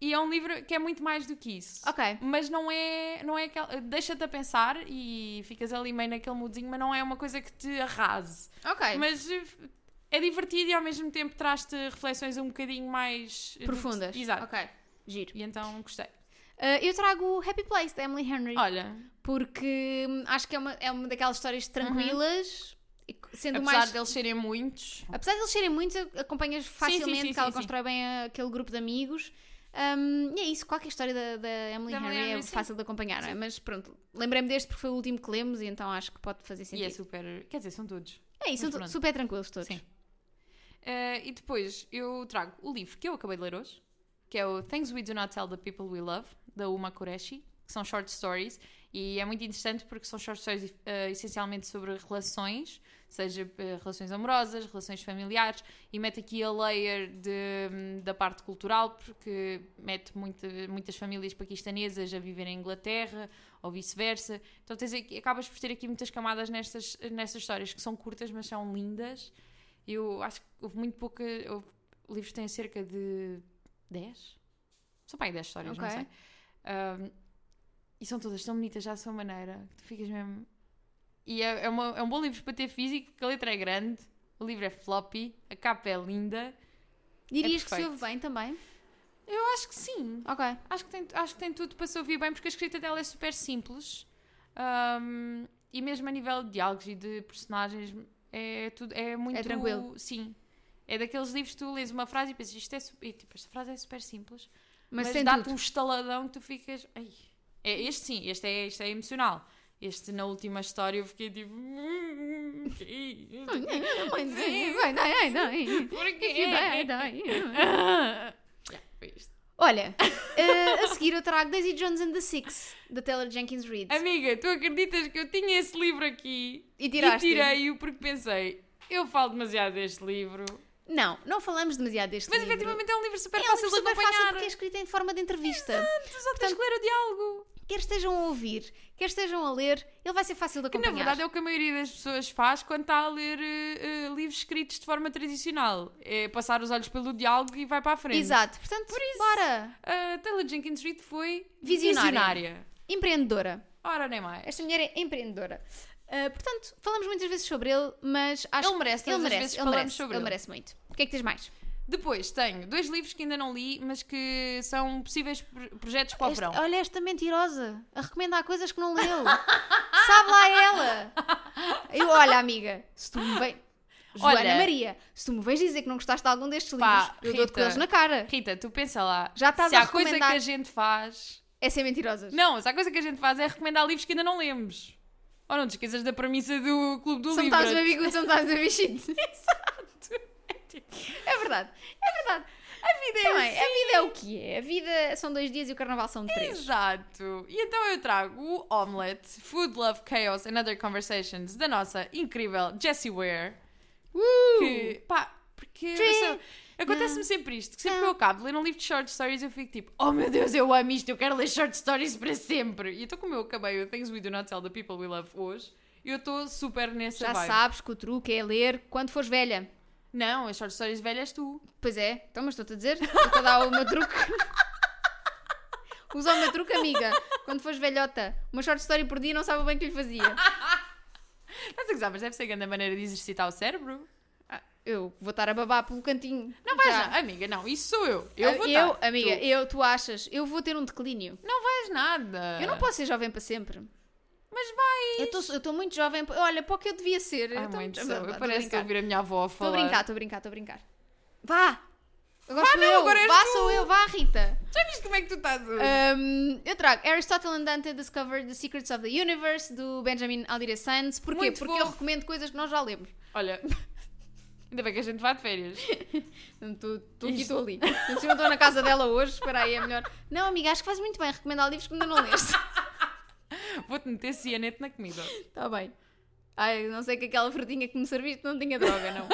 A: e é um livro que é muito mais do que isso.
B: Ok.
A: Mas não é, não é aquela. Deixa-te a pensar e ficas ali meio naquele mudinho, mas não é uma coisa que te arrase.
B: Ok.
A: Mas eh, é divertido e ao mesmo tempo traz-te reflexões um bocadinho mais eh, do que-
B: Profundas.
A: Exato.
B: Ok. Giro.
A: E então gostei.
B: Ah, eu trago o Happy Place da Emily Henry.
A: Olha,
B: Porque hum, acho que é uma, é uma daquelas histórias tranquilas. e que- Sendo
A: Uhum. apesar
B: mais
A: deles serem muitos,
B: Apesar de eles serem muitos, acompanhas facilmente
A: tipo. sim,
B: que ela
A: sim, sim.
B: constrói bem eh, aquele grupo de amigos. Um, e é isso, qualquer história da, da Emily
A: Da
B: Henry
A: Emily
B: é
A: Henry, sim.
B: fácil de acompanhar, não é? Mas pronto, lembrei-me deste porque foi o último que lemos e então acho que pode fazer
A: e é
B: sentido.
A: super. Quer dizer, são todos.
B: é isso,
A: Mas
B: são
A: pronto.
B: super tranquilos todos.
A: Sim. É Eh, e depois eu trago o livro que eu acabei de ler hoje, que é o Things We Do Not Tell the People We Love, da Uma Qureshi, que são short stories. E é muito interessante porque são short stories eh, essencialmente sobre relações, seja eh, relações amorosas, relações familiares, e mete aqui a layer de- hum, da parte cultural, porque mete muita- muitas famílias paquistanesas a viver em Inglaterra ou vice-versa. Então tens aqui- acabas por ter aqui muitas camadas nestas, nestas histórias que são curtas, mas são lindas. Eu acho que houve muito pouca. houve- livros têm cerca de 10? São para aí 10 histórias, não
B: Ok.
A: sei. Ahm, e são todas tão bonitas já à sua maneira. que Tu ficas mesmo. E é, é uma- é um bom livro para ter físico, porque a letra é grande, o livro é floppy, a capa é linda.
B: Dirias
A: É
B: que se
A: perfeito.
B: ouve bem também?
A: Eu acho que sim.
B: Ok.
A: Acho que tem, acho que tem tudo para se ouvir bem, porque a escrita dela é super simples. Ahm, e mesmo a nível de diálogos e de personagens, é, tudo, é muito.
B: tranquilo.
A: Sim. É daqueles livros que tu lês uma frase e pensas, isto é. su- e, tipo, esta frase é super simples.
B: Mas,
A: Mas,
B: tem
A: dá-te
B: tudo.
A: um estaladão que tu ficas. Ai. É, este sim, este é, este é emocional. Este na última história eu fiquei tipo. "Hum, hum, que isto? (laughs)
B: (laughs)
A: Porquê? (laughs) Já, foi isto.
B: Olha, eh, a seguir eu trago Daisy Jones and the Six, da Taylor Jenkins Reid.
A: Amiga, tu acreditas que eu tinha esse livro aqui
B: E tiraste?
A: e tirei-o porque pensei, eu falo demasiado deste livro.
B: Não, não falamos demasiado deste
A: Mas
B: livro.
A: efetivamente é um livro super
B: é um
A: fácil
B: livro super
A: de acompanhar.
B: fácil porque é escrito em forma de entrevista.
A: Tu só tens que ler o diálogo.
B: quer estejam a ouvir, quer estejam a ler, ele vai ser fácil de
A: Que na
B: acompanhar.
A: verdade é o que a maioria das pessoas faz quando está a ler eh, eh, livros escritos de forma tradicional. É passar os olhos pelo diálogo e vai para a frente.
B: Exato, portanto, bora!
A: A Taylor Jenkins Reid foi
B: Visionária.
A: visionária.
B: Empreendedora.
A: Ora, nem mais.
B: Esta mulher é empreendedora. Ah, portanto, falamos muitas vezes sobre ele, mas acho
A: Ele merece todas
B: ele
A: as
B: merece,
A: vezes
B: ele
A: falamos
B: merece,
A: sobre
B: ele
A: ele.
B: merece muito. O que é que tens mais?
A: Depois tenho dois livros que ainda não li, mas que são possíveis pro- projetos para o
B: Este-
A: verão.
B: olha esta mentirosa a recomendar coisas que não leu. (laughs) Sabe lá ela. Eu, olha, amiga, se tu me vem... Joana
A: Olha-
B: Maria, se tu me vens dizer que não gostaste de algum destes
A: Pá,
B: livros, eu dou-te
A: Rita.
B: com eles na cara.
A: Rita, tu pensa lá.
B: Já estás
A: se
B: a
A: há coisa que
B: recomendar-
A: a gente faz.
B: É ser mentirosas.
A: Não, se há coisa que a gente faz é recomendar livros que ainda não lemos. Ou não te esqueças da premissa do Clube do Livro.
B: sometimes baby good, sometimes
A: (laughs)
B: baby shit. É verdade. É verdade. A vida é
A: Então,
B: A vida é o que é. A vida são dois dias e o carnaval são três.
A: Exato. E então eu trago o Omelette, Food, Love, Chaos and Other Conversations da nossa incrível Jessie Ware.
B: Uh! Hum. Ah.
A: Que, pá, porque eu sei- acontece-me sempre isto, que sempre que eu
B: Não.
A: acabo de ler um livro de short stories eu fico tipo, oh meu Deus, eu amo isto, eu quero ler short stories para sempre. E então como eu acabei o Things We Do Not Tell the People We Love hoje, eu estou super nessa
B: Já
A: vibe.
B: sabes que o truque é ler quando fores velha.
A: Não, as short stories velhas tu.
B: Pois é, então, mas estou-te a dizer, estou-te a dar o meu truque. Usa o meu truque, amiga. Quando fores velhota, uma short story por dia não sabe bem o que lhe fazia.
A: Estás a gozar, mas deve ser a grande maneira de exercitar o cérebro.
B: Ah, eu vou estar a babar pelo cantinho.
A: Não vais
B: Já.
A: nada. Amiga, não, isso sou eu. Eu vou
B: eu
A: estar.
B: amiga,
A: Tu
B: eu, tu achas? Eu vou ter um declínio.
A: Não vais nada.
B: Eu não posso ser jovem para sempre.
A: Mas vais.
B: Eu estou muito jovem. pa- Olha, para o que eu devia ser.
A: Ai,
B: eu
A: mãe
B: tô Ah, muito-
A: do céu,
B: Vá,
A: eu
B: tô
A: Ah, Então, parece
B: brincar.
A: ouvir a minha avó a
B: Estou a
A: falar.
B: brincar, estou a brincar, estou a brincar. Vá! Agora sou
A: não,
B: eu,
A: agora és
B: vá
A: tu.
B: sou eu, vá Rita.
A: Já viste como é que tu estás hoje?
B: Hum, eu trago Aristotle and Dante Discovered the Secrets of the Universe do Benjamin Aldir Sands. Porquê?
A: Muito
B: Porque eu
A: fofo.
B: recomendo coisas que nós já lemos.
A: Olha, (laughs) ainda bem que a gente vai de férias.
B: Estou estou aqui,
A: Isto.
B: estou ali. Não sei, eu estou na casa dela hoje, espera aí, é melhor. Não, amiga, acho que faz muito bem recomendar livros que ainda não leste.
A: Vou-te meter cianete na comida.
B: Está Tá bem. Ai, não sei que aquela frutinha que me serviste não tinha droga,
A: (laughs)
B: não.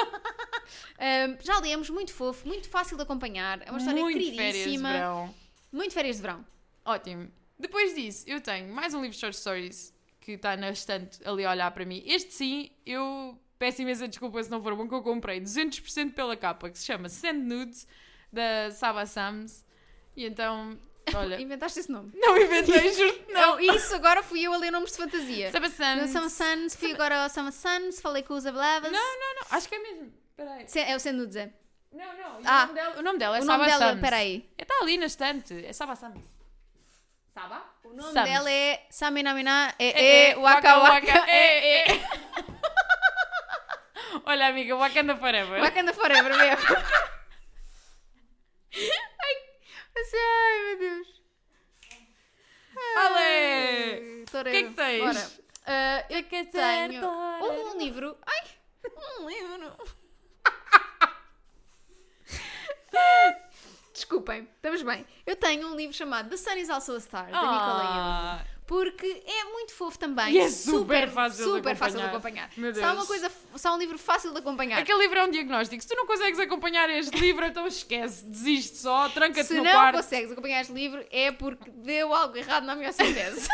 B: Ahm, já lemos, muito fofo, muito fácil de acompanhar. É uma história
A: Muito férias de
B: queridíssima.
A: verão.
B: muito férias de verão.
A: Ótimo. Depois disso, eu tenho mais um livro de short stories que está na estante ali a olhar para mim. Este sim, eu peço imensa desculpa se não for bom que eu comprei 200% pela capa, que se chama Sand Nudes, da Saba Sams. E então,
B: (laughs)
A: olha... (laughs)
B: Inventaste esse nome.
A: não inventei, juro
B: Não, isso agora fui eu a ler nomes de fantasia.
A: Saba
B: No
A: Sams.
B: Summer Suns, fui agora ao Summer Suns, falei com os Ablavas.
A: Não, não, não. Acho que é mesmo. Peraí.
B: Se- É o Sendudze.
A: Não, não. e
B: Ah.
A: O, nome dela, o nome dela é
B: o
A: Saba
B: nome dela,
A: Sams.
B: peraí.
A: Está ali na estante. É Saba Sams. Saba? O
B: O nome dela é Saminamina, é,
A: É,
B: é, Waka Waka, é,
A: é, é. (laughs) Olha, amiga, Wakanda Forever.
B: Wakanda Forever mesmo. (laughs) ai, assim, ai, meu Deus.
A: Ale!
B: O
A: que é que tens? Eh,
B: eu que
A: quero
B: tenho
A: dar-
B: um livro. Ai, um livro. (laughs) Desculpem, estamos bem. Eu tenho um livro chamado The Sun is Also a Star, da Nicola Young.
A: Ah,
B: Porque é muito fofo também.
A: E é super fácil de
B: super fácil de
A: acompanhar.
B: acompanhar.
A: Meu
B: Se há
A: Deus.
B: uma coisa, se há um livro fácil de acompanhar.
A: Aquele livro é um diagnóstico. Se tu não consegues acompanhar este livro, então esquece, desiste só, tranca-te
B: Se
A: no
B: não
A: quarto.
B: consegues acompanhar este livro é porque deu algo errado
A: (laughs)
B: na homeossintese.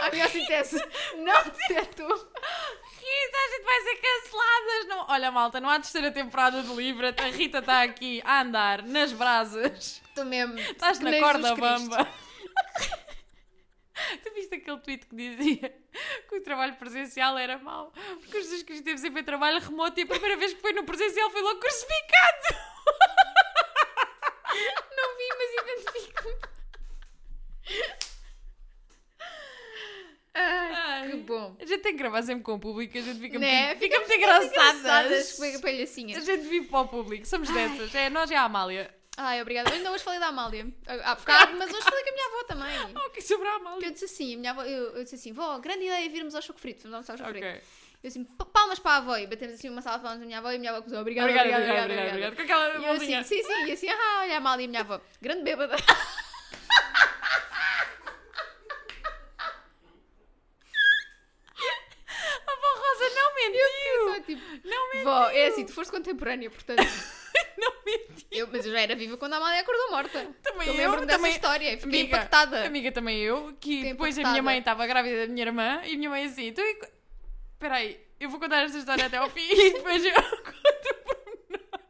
B: a homeossintese não detectou.
A: (laughs) Rita, a gente vai ser canceladas. Não... Olha, malta, não há terceira temporada do livro. A Rita está aqui a andar nas brasas.
B: Tu mesmo.
A: Estás
B: que
A: na
B: nem
A: corda
B: Jesus Cristo. (laughs)
A: bamba. tu viste aquele tweet que dizia que o trabalho presencial era mau, porque o Jesus Cristo teve sempre trabalho remoto e a primeira vez que foi no presencial foi logo crucificado. (laughs)
B: Não vi, mas identifico-me. Ai,
A: Ai.
B: que bom.
A: A gente tem que gravar sempre com o público, a gente fica muito,
B: Né?
A: fica muito
B: Engraçadas, é
A: engraçadas.
B: com a
A: A
B: palhacinha.
A: gente vive para o público, somos dessas. É, nós é a Amália.
B: Ai, obrigada. Hoje não hoje falei da Amália. Há bocado, mas hoje falei com a minha avó também.
A: (laughs) Oh, que sobra a
B: Eu
A: Amália.
B: disse assim, a minha avó, eu, eu disse assim, vó, grande ideia virmos ao choco frito, vamos almoçar ao choco frito.
A: Ok.
B: Eu assim, "Pa- palmas para a avó, e batemos assim uma salva de palmas na minha avó, e a minha avó começou, obrigada,
A: Obrigada,
B: obrigada,
A: obrigada,
B: obrigada.
A: obrigada,
B: obrigada."
A: obrigada. Com aquela
B: E eu assim,
A: mãozinha.
B: sim, sim, e assim, ah, olha a mal, e a minha avó, grande
A: (laughs)
B: bêbada.
A: A "Ah, vó Rosa não
B: Só
A: mentiu.
B: tipo,
A: Não mentiu. (laughs)
B: vó, é assim, tu foste contemporânea, portanto,
A: Não mentiu.
B: eu, mas eu já era viva quando a Amália acordou morta.
A: Também eu,
B: lembro-me dessa
A: também-
B: história, e fiquei
A: Amiga,
B: impactada.
A: Amiga, também eu, que
B: Fiquei
A: depois a
B: impactada.
A: minha mãe estava grávida da minha irmã e a minha mãe assim, tu e co- peraí, eu vou contar esta história até ao fim e depois eu (laughs) conto por nós.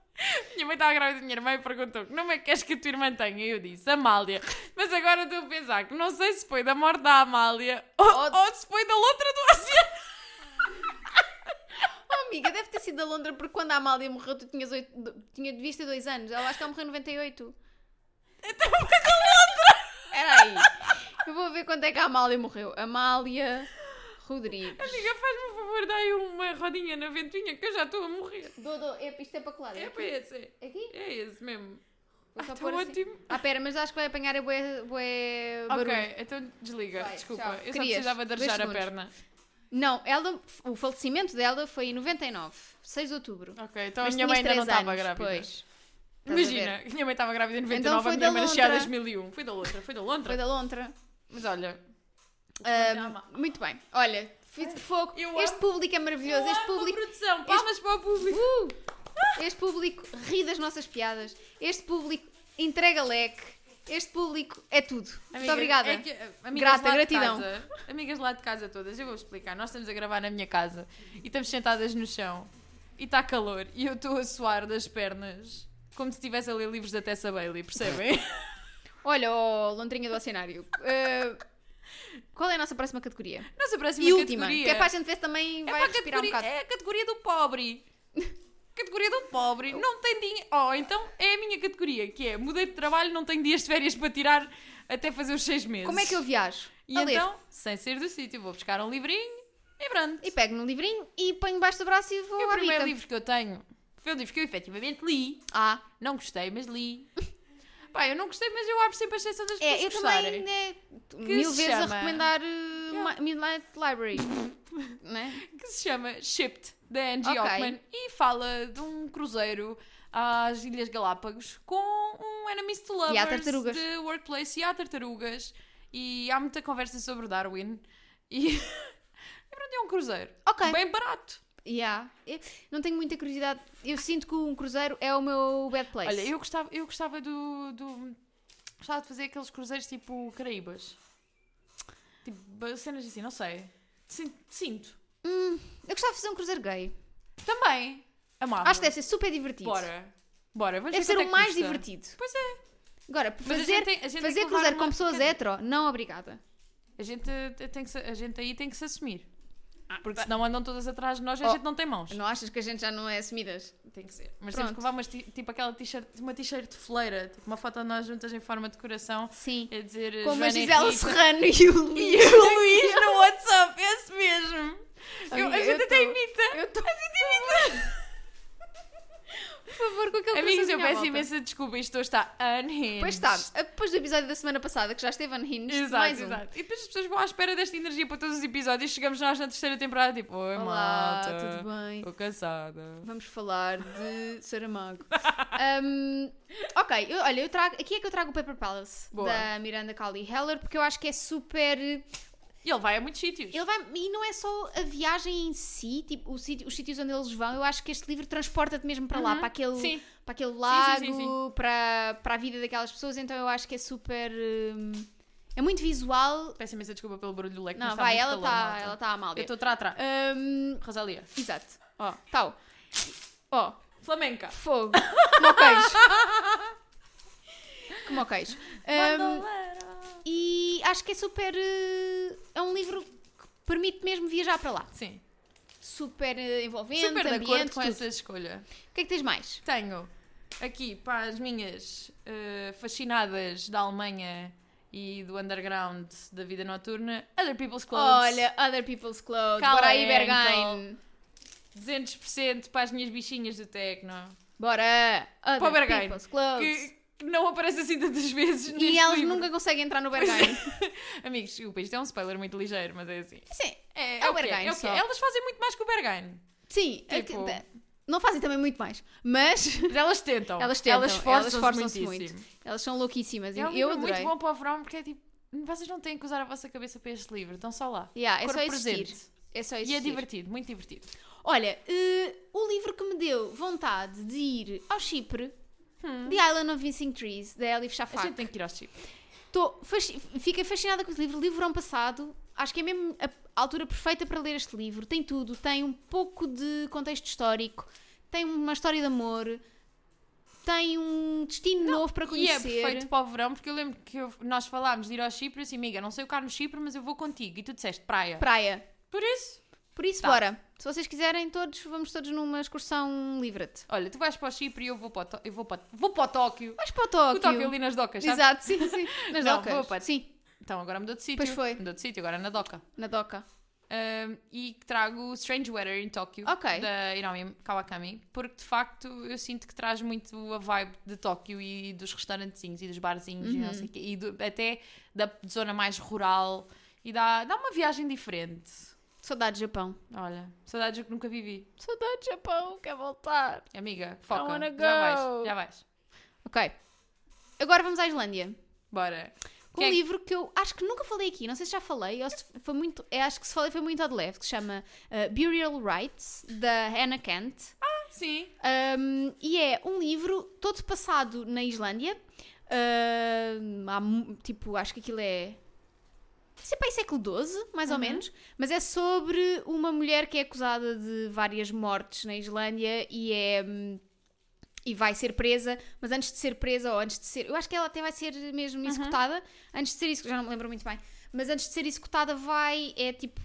A: Minha mãe estava grávida da minha irmã e perguntou que nome é que queres que a tua irmã tenha? E eu disse, Amália. Mas agora estou a pensar que não sei se foi da morte da Amália ou,
B: Ou-
A: ou se foi da lontra do oceano. (laughs)
B: Oh, amiga, deve ter sido sido da Londra porque quando a Amália morreu tu tinhas oito, do- tinha, devias ter dois anos. Ela acho que ela morreu em 98. Então foi da Londra! Espera aí. Eu vou ver quando é que a Amália morreu. Amália Rodrigues.
A: Amiga, faz-me o favor, dá aí uma rodinha na ventoinha que eu já estou a morrer.
B: Dodô, é, isto é para colar.
A: É para esse,
B: Aqui?
A: é esse mesmo.
B: Vou
A: Ah,
B: só
A: tá
B: pôr assim.
A: ótimo.
B: Ah, pera, mas acho que vai apanhar a bué, bué barulho.
A: Ok, então desliga,
B: Vai,
A: desculpa.
B: tchau.
A: Eu só
B: Querias?
A: precisava de
B: Dois
A: arejar a
B: segundos.
A: perna.
B: Não, ela, o falecimento dela foi em 99, 6 de outubro.
A: Ok, então a
B: Mas
A: minha mãe
B: tinhas
A: ainda não
B: três
A: estava
B: anos,
A: grávida.
B: pois. Estás a
A: Imagina, que minha mãe estava grávida em
B: Então
A: 99,
B: foi
A: a minha
B: da
A: mãe nasceu em
B: lontra.
A: 2001. Foi da lontra, foi da lontra.
B: Foi da Lontra.
A: Mas olha,
B: Ah, muito bem. Olha, fiz fogo.
A: Eu
B: este público é maravilhoso. Este público, uh!
A: produção, palmas para o público.
B: este público ri das nossas piadas. Este público entrega leque. Este público é tudo. muito
A: Amiga,
B: obrigada.
A: é que, eh, amigas
B: Grata,
A: lá de
B: gratidão.
A: casa- amigas lá de casa todas, eu vou explicar. Nós estamos a gravar na minha casa e estamos sentadas no chão e está calor e eu estou a suar das pernas como se estivesse a ler livros da Tessa Bailey, percebem?
B: (laughs) Olha, ó, Lontrinha do Oceanário. ah, qual é a nossa próxima categoria?
A: Nossa próxima
B: e última,
A: categoria
B: que é para a gente ver se também
A: é
B: vai
A: para a
B: respirar um
A: categoria,
B: bocado.
A: é a categoria do
B: (laughs)
A: pobre. Categoria do pobre, não tem dinheiro. Oh, então é a minha categoria, que é mudei de trabalho, não tenho dias de férias para tirar até fazer os seis meses.
B: Como é que eu viajo?
A: E
B: a ler.
A: então, sem sair do sítio, vou buscar um livrinho e pronto.
B: E pego num livrinho e ponho baixo do braço e vou
A: E o
B: à
A: primeiro
B: bica.
A: livro que eu tenho foi um livro que eu efetivamente li.
B: Ah,
A: Não gostei, mas
B: (laughs)
A: li. Pá, eu não gostei, mas eu abro sempre a exceção das pessoas
B: é, eu
A: gostarem.
B: também né,
A: Que
B: mil
A: se
B: vezes
A: chama?
B: a recomendar uh, Ma- Midnight
A: (laughs)
B: Library. né?
A: Que se chama Shipped, da Angie
B: Ok.
A: Ockman. E fala de um cruzeiro às Ilhas Galápagos com um enemies to lovers
B: E há tartarugas.
A: de workplace e há tartarugas. E há muita conversa sobre Darwin. E... (laughs) e pronto, é um cruzeiro.
B: Ok.
A: Bem barato.
B: Yeah. Eu não tenho muita curiosidade. Eu sinto que um cruzeiro é o meu bad place.
A: Olha, eu gostava, eu gostava do, do- Gostava de fazer aqueles cruzeiros tipo Caraíbas. Tipo, ba- cenas assim, não sei. Sin- Sinto.
B: Hum, Eu gostava de fazer um cruzeiro gay.
A: Também. Amava.
B: Acho que deve ser super divertido.
A: Ah. Bora. Bora, vamos
B: Deve
A: ver
B: ser
A: quanto é
B: o
A: que
B: mais
A: custa.
B: divertido.
A: Pois é.
B: Agora,
A: a
B: fazer,
A: gente tem- a gente tem que
B: fazer
A: levar
B: cruzeiro
A: uma-
B: com pessoas é-
A: Quer dizer-
B: hetero, não obrigada.
A: A gente, eh, tem que se- a gente aí tem que se assumir. Porque senão andam todas atrás de nós e a
B: Oh.
A: gente não tem mãos.
B: Não achas que a gente já não é assumidas?
A: Tem que ser. Mas temos
B: Pronto.
A: que levar umas, ti- tipo aquela t-shirt, uma t-shirt de fleira, tipo uma foto de nós juntas em forma de coração,
B: Sim.
A: a dizer eh,
B: Como a
A: Joana
B: Gisela
A: Henrique.
B: Serrano e o
A: E
B: Luís.
A: o Luís no WhatsApp, esse mesmo. Eu-
B: Amiga,
A: a gente
B: eu
A: até
B: tô-
A: imita.
B: eu tô-
A: A gente (laughs) imita.
B: Por favor, com aquele
A: Amigos, eu
B: coraçãozinho à
A: peço
B: volta.
A: imensa desculpa, isto hoje está unhinged.
B: Pois está, depois do episódio da semana passada, que já esteve unhinged,
A: Exato,
B: mais um.
A: exato. E depois as pessoas vão à espera desta energia para todos os episódios. Chegamos nós na terceira temporada, tipo, oi
B: Olá,
A: malta.
B: tudo bem?
A: Estou cansada.
B: Vamos falar
A: (laughs)
B: de Saramago. Hum, ok, eu- olha, eu trago, aqui é que eu trago o Paper Palace,
A: Boa.
B: da Miranda Cowley Heller, porque eu acho que é super...
A: E ele vai a muitos sítios.
B: Ele vai, e não é só a viagem em si, tipo, o sítio- os sítios onde eles vão, eu acho que este livro transporta-te mesmo para lá,
A: Uhum,
B: para aquele,
A: Sim.
B: para aquele
A: Sim,
B: lago,
A: sim, sim,
B: Para, para a vida daquelas pessoas, então eu acho que é super... hum, é muito visual...
A: Peço imensa desculpa pelo barulho do leque.
B: Não,
A: mas
B: vai,
A: está
B: ela
A: muito calor,
B: está
A: malta.
B: ela tá a mal.
A: Eu estou trá-trá.
B: Hum,
A: Rosalia.
B: exato.
A: Ó,
B: Tal. Ó,
A: Flamenca.
B: fogo. Como o queijo.
A: (laughs)
B: Como o queijo. Hum, e acho que é super. eh, É um livro que permite mesmo viajar para lá.
A: Sim.
B: Super eh, envolvente,
A: Super de acordo
B: ambiente,
A: com
B: tudo.
A: essa escolha.
B: O que é que tens mais?
A: Tenho aqui para as minhas eh, fascinadas da Alemanha e do underground da vida noturna, Other People's Clothes.
B: Olha, Other People's Clothes,
A: Cala
B: bora
A: a
B: aí, Berghain.
A: ankle. 200% para as minhas bichinhas do Tecno.
B: Bora! Other
A: Para o Berghain,
B: People's Clothes.
A: Que, que não aparece assim tantas vezes.
B: E
A: neste
B: elas
A: livro.
B: nunca conseguem entrar no
A: Pois é.
B: Berghain.
A: Amigos, desculpa, isto é um spoiler muito ligeiro, mas é assim.
B: Sim,
A: É,
B: É o
A: que
B: Berghain
A: é, o que é.
B: só.
A: Elas fazem muito mais que o Berghain.
B: sim. é
A: Tipo-
B: que- Não fazem também muito mais. Mas. (laughs)
A: Mas elas tentam.
B: Elas tentam,
A: Elas esforçam-se
B: elas esforçam-se
A: muitíssimo.
B: Elas são louquíssimas.
A: É um
B: e assim, eu
A: livro
B: adorei.
A: muito bom para o verão porque é tipo, vocês não têm que usar a vossa cabeça para este livro, estão só lá.
B: Yeah, é,
A: Corpo
B: só existir.
A: presente.
B: é só
A: E
B: existir.
A: é divertido, muito divertido.
B: Olha, eh, o livro que me deu vontade de ir ao Chipre,
A: Hum.
B: The Island of Missing Trees, da Elif
A: A gente
B: Shafak.
A: tem que ir ao Chipre. é
B: Tô fasci- Fiquei fascinada com esse livro. Li o verão passado. Acho que é mesmo a a altura perfeita para ler este livro. Tem tudo. Tem um pouco de contexto histórico. Tem uma história de amor. Tem um destino novo para
A: E é
B: conhecer.
A: perfeito para o verão, porque eu lembro que eu- nós falámos de ir ao Chipre e assim, amiga, não sei o que há no Chipre, mas eu vou contigo. E tu disseste praia.
B: Praia.
A: Por isso,
B: Por isso,
A: Tá.
B: bora. Se vocês quiserem, todos, vamos todos numa excursão livre-te.
A: Olha, tu vais para o Chipre e eu vou para o, To- eu vou para, vou para o Tóquio.
B: Vais para o
A: O Tóquio
B: Tóquio.
A: ali nas docas, sabe?
B: Exato, sim,
A: (laughs)
B: sim. Nas
A: Não,
B: docas.
A: vou para-
B: Sim,
A: Então agora mudou de sítio.
B: Pois foi.
A: Mudou de sítio, agora é na doca.
B: na doca.
A: Ahm, e trago o Strange Weather em Tóquio,
B: Ok.
A: da Hiromi Kawakami, porque de facto eu sinto que traz muito a vibe de Tóquio e dos restaurantezinhos e dos barzinhos
B: Uhum.
A: e não sei o quê, e do- até da zona mais rural e dá, dá uma viagem diferente.
B: Saudade de Japão.
A: Olha, saudades que nunca vivi.
B: Saudade de Japão, quer voltar.
A: Amiga,
B: I
A: foca,
B: wanna
A: já
B: go.
A: vais, já vais.
B: Ok. Agora vamos à Islândia.
A: Bora.
B: Com
A: Quem é
B: um
A: que-
B: livro que eu acho que nunca falei aqui, não sei se já falei, ou se foi muito, eu acho que se falei foi muito ao de leve, que se chama uh, Burial Rights, da Hannah Kent.
A: Ah. Sim.
B: Um, e é um livro todo passado na Islândia. Um, há mu- tipo, acho que aquilo é. Sei para século XII, mais ou menos, mas é sobre uma mulher que é acusada de várias mortes na Islândia e é. hum, E vai ser presa, mas antes de ser presa, ou antes de ser. Eu acho que ela até vai ser mesmo executada. Antes de ser executada, já não me lembro muito bem. Mas antes de ser executada, vai. É tipo.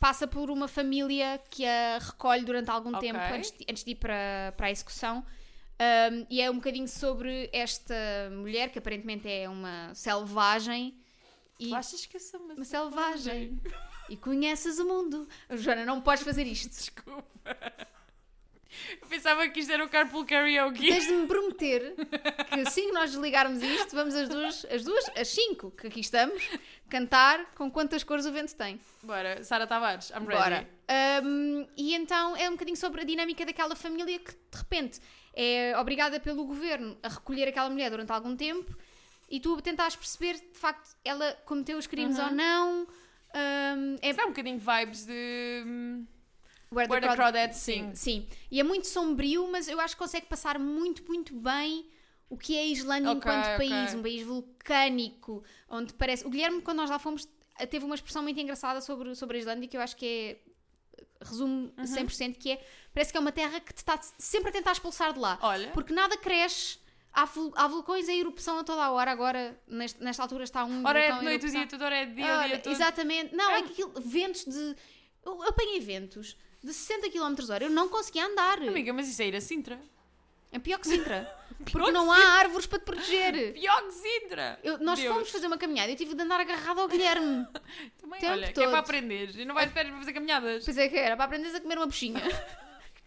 B: Passa por uma família que a recolhe durante algum
A: Ok.
B: tempo antes de, antes de ir para, para a execução. Um, e é um bocadinho sobre esta mulher que aparentemente é uma selvagem. E
A: Tu achas que eu sou uma,
B: uma selvagem. e conheces o mundo. Joana, não podes fazer isto.
A: Desculpa. (laughs) Eu pensava que isto era o Carpool
B: (laughs)
A: Karaoke.
B: Tens de me prometer que assim que nós desligarmos isto, vamos as duas, as duas, as cinco que aqui estamos, cantar com quantas cores o vento tem.
A: Bora, Sara Tavares, I'm ready.
B: Bora. Um, e então é um bocadinho sobre a dinâmica daquela família que de repente é obrigada pelo governo a recolher aquela mulher durante algum tempo e tu tentares perceber de facto ela cometeu os crimes ou não. Um, é
A: Isso dá um bocadinho de vibes de hum,
B: Where,
A: Where the
B: Crawdads
A: Crawdads
B: Sim,
A: Sing.
B: sim. E é muito sombrio, mas eu acho que consegue passar muito, muito bem o que é a Islândia
A: Ok,
B: enquanto
A: ok.
B: país, um país vulcânico, onde parece. O Guilherme, quando nós lá fomos, eh, teve uma expressão muito engraçada sobre, sobre a Islândia que eu acho que é. Resume
A: Uhum.
B: 100% que é. Parece que é uma terra que te está sempre a tentar expulsar de lá.
A: Olha.
B: Porque nada cresce. Há, vul- há vulcões em erupção a toda a hora. Agora, neste- nesta altura, está um.
A: Ora é
B: vulcão
A: de
B: em
A: noite, o
B: erupção.
A: dia todo, ora é de dia, o
B: Ora,
A: dia todo.
B: Exatamente. Não, é,
A: É.
B: que aquilo, ventos de. Eu eu apanhei ventos de 60 km hora. Eu não conseguia andar.
A: Amiga, mas isso é ir a Sintra.
B: É pior que
A: (laughs)
B: Sintra.
A: Pior
B: porque não há árvores para te proteger.
A: Pior que Sintra!
B: Eu- nós
A: Deus.
B: fomos fazer uma caminhada e eu tive de andar agarrada ao Guilherme.
A: Também,
B: tempo
A: olha, que é
B: todo.
A: para aprender. E não vais de férias para fazer caminhadas.
B: Pois é que era, para aprenderes a comer
A: (laughs)
B: uma puxinha.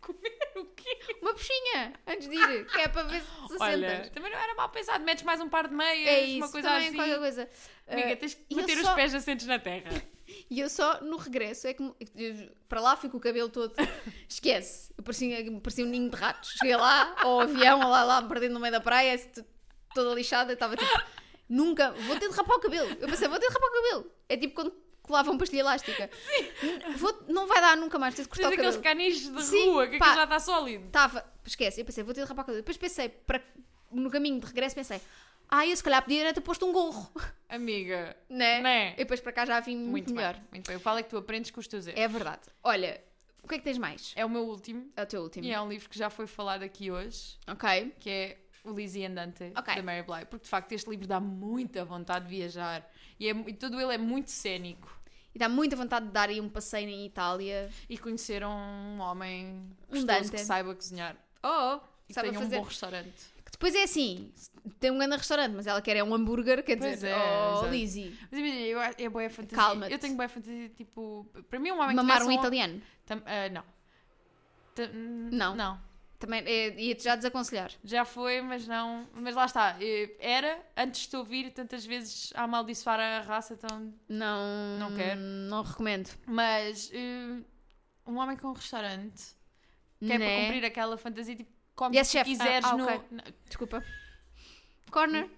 A: Comer o quê?
B: Uma puxinha, antes de ir, que é para ver se se
A: Olha,
B: sentas.
A: também não era mal pensado. Metes mais um par de meias,
B: É isso,
A: uma coisa
B: também
A: assim.
B: qualquer coisa.
A: Amiga,
B: Eh,
A: tens que
B: e eu
A: meter os
B: só-
A: pés assentes na
B: (laughs)
A: terra.
B: E eu só no regresso é que me- eu- para lá fico o
A: (laughs)
B: cabelo todo. Esquece. Eu parecia, eu parecia um ninho de ratos. Cheguei lá, ao avião, lá, lá, me perdendo no meio da praia, assim, t- toda lixada, estava tipo, nunca, vou ter de rapar o cabelo. Eu pensei, vou ter de rapar o cabelo. É tipo quando colavam pastilha elástica. N- vou- não vai dar nunca mais, ter de cortar
A: Tens
B: o
A: aqueles
B: cabelo.
A: caniches de
B: Sim,
A: rua que
B: pá.
A: aquilo já está sólido.
B: Estava, esquece, eu pensei, vou ter de rapar o cabelo. Depois pensei, para, no caminho de regresso, pensei, ah, eu se calhar podia era ter posto um gorro,
A: Amiga,
B: né?
A: Né?
B: E depois para cá já vim muito,
A: muito
B: melhor.
A: Bem, muito bem. Eu falo é que tu aprendes com os teus erros.
B: É verdade. Olha, o que é que tens mais?
A: É, o meu último.
B: É o teu último.
A: E é um livro que já foi falado aqui hoje,
B: Ok.
A: que é o Lizzie Andante,
B: Ok.
A: da Mary Bly. Porque, de facto, este livro dá muita vontade de viajar. E, é, mu- e todo ele é muito cénico.
B: E dá muita vontade de dar aí um passeio em Itália.
A: E conhecer um homem
B: Um
A: gostoso
B: Dante.
A: que saiba cozinhar.
B: Oh,
A: E que
B: sabe
A: tenha
B: fazer.
A: um bom restaurante.
B: Que depois é assim, tem um grande restaurante, mas ela quer é um hambúrguer, quer
A: Pois
B: dizer,
A: é,
B: oh,
A: exato.
B: Lizzie,
A: Mas imagina, eu, a- é boa fantasia.
B: Calma-te.
A: Eu tenho boa fantasia, tipo... Para mim, um homem
B: mamar
A: que
B: um
A: conhece
B: italiano.
A: Tam- ah, não. Ta-
B: Não.
A: Não.
B: Também é, ia-te já desaconselhar.
A: Já foi, mas não... Mas lá está. eh, Era, antes de te ouvir, tantas vezes a amaldiçoar a raça, então
B: Não,
A: Não quero.
B: Não recomendo.
A: Mas eh, um homem com um restaurante que é para
B: Né?
A: cumprir aquela fantasia tipo como
B: Yes,
A: se
B: chef.
A: quiseres
B: Ah, ah,
A: no.
B: ok.
A: na-
B: Desculpa. Corner.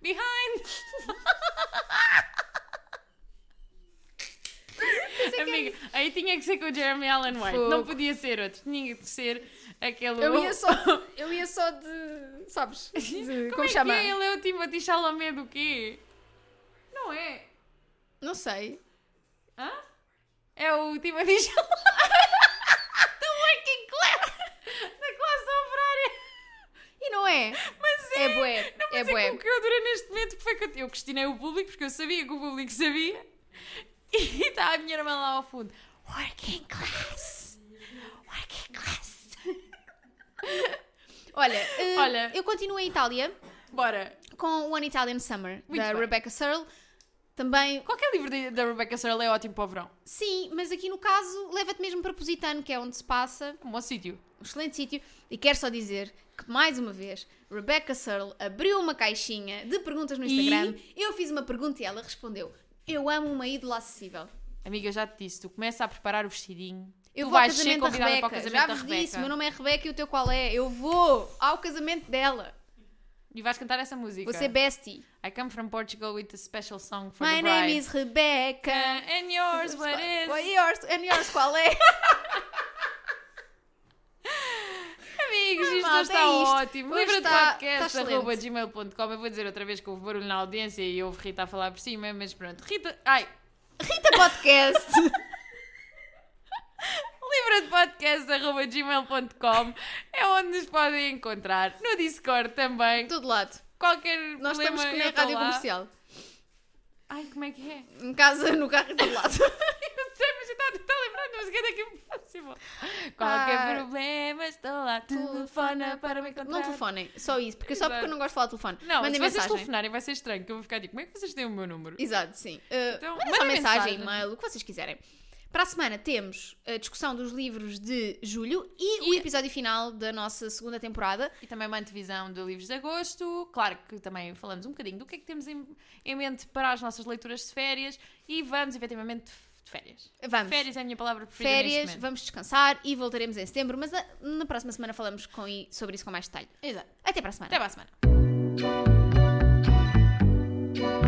A: Behind! Amiga, aí tinha que ser com o Jeremy Allen White. Não
B: é Fogo.
A: podia ser outro. Tinha que ser aquele.
B: Eu ia (laughs) só, eu ia só de, sabes, (laughs) de- como,
A: Como é
B: chama?
A: que é? Ele é o Timothy Chalamet do quê? Não é?
B: Não sei.
A: Hã? É o Timothy (laughs)
B: (laughs)
A: Chalamet. The working class! Da classe operária!
B: E não (laughs) é?
A: Mas é!
B: É bué,
A: Não,
B: é
A: mas é,
B: bué.
A: que o que eu adorei neste momento foi que eu- (laughs) eu questionei o público, porque eu sabia que o público sabia. E está a tá minha irmã lá ao fundo. é
B: Working class! Working class! (laughs) Olha, eh,
A: Olha.
B: eu continuo em Itália
A: Bora.
B: com One Italian Summer,
A: Muito
B: da
A: bem.
B: Rebecca Searle. Também,
A: Qualquer livro de- da Rebecca Searle é ótimo para o verão.
B: sim, mas aqui no caso leva-te mesmo para Positano, que é onde se passa.
A: Um bom sítio.
B: um excelente sítio. E quero só dizer que, mais uma vez, Rebecca Searle abriu uma caixinha de perguntas no Instagram. Eu fiz uma pergunta e ela respondeu: Eu amo uma ídola acessível.
A: Amiga, eu já te disse, tu começa a preparar o vestidinho.
B: Eu
A: tu
B: vou ao
A: vais ser
B: casamento da
A: convidada
B: Rebeca.
A: para o casamento
B: Já
A: da
B: vos
A: Rebeca.
B: disse, meu nome é Rebeca e o teu qual é? Eu vou ao casamento dela.
A: E vais cantar essa música.
B: Vou ser bestie.
A: I come from Portugal with a special song for
B: My
A: the bride.
B: name is Rebecca.
A: And yours, what is?
B: What yours, and yours qual é? (laughs)
A: Amigos,
B: Ah,
A: isto
B: malta,
A: está
B: é isto.
A: ótimo.
B: Hoje
A: Livro de
B: está-
A: podcast,
B: está
A: arroba gmail.com. Eu vou dizer outra vez que houve barulho na audiência e houve Rita a falar por cima, mas pronto. Rita. Ai!
B: Rita
A: (laughs)
B: Podcast.
A: Livro de podcast, arroba gmail.com. É onde nos podem encontrar. No Discord também.
B: Todo lado.
A: Qualquer
B: Nós
A: problema,
B: estamos com
A: eu
B: na
A: estou
B: rádio
A: lá.
B: comercial.
A: Ai, como é que é? (laughs)
B: Em casa, no carro, todo
A: Eu
B: lado.
A: sei, mas eu estava a tentar lembrar de música daqui a possível. Qualquer
B: Ah.
A: problema, estou lá. Telefona para me encontrar.
B: Não telefonem, só isso, porque só
A: Exato.
B: porque eu não gosto de falar de telefone.
A: Não,
B: Mandem
A: se vocês
B: mensagem.
A: telefonarem vai ser estranho, que eu vou ficar tipo, como é que vocês têm o meu número?
B: Exato, sim. Uh,
A: Então,
B: mandem
A: manda
B: só mensagem,
A: mensagem.
B: e-mail, o que vocês quiserem. Para a semana temos a discussão dos livros de julho e, o
A: E-
B: episódio final da nossa segunda temporada.
A: E também uma antevisão de livros de agosto. Claro que também falamos um bocadinho do que é que temos em, em mente para as nossas leituras de férias e vamos, efetivamente, de férias.
B: Vamos.
A: Férias é a minha palavra preferida
B: Férias,
A: neste momento.
B: vamos descansar e voltaremos em setembro, mas na, na próxima semana falamos com, i- sobre isso com mais detalhe.
A: Exato.
B: Até para a
A: Até
B: semana.
A: para a semana.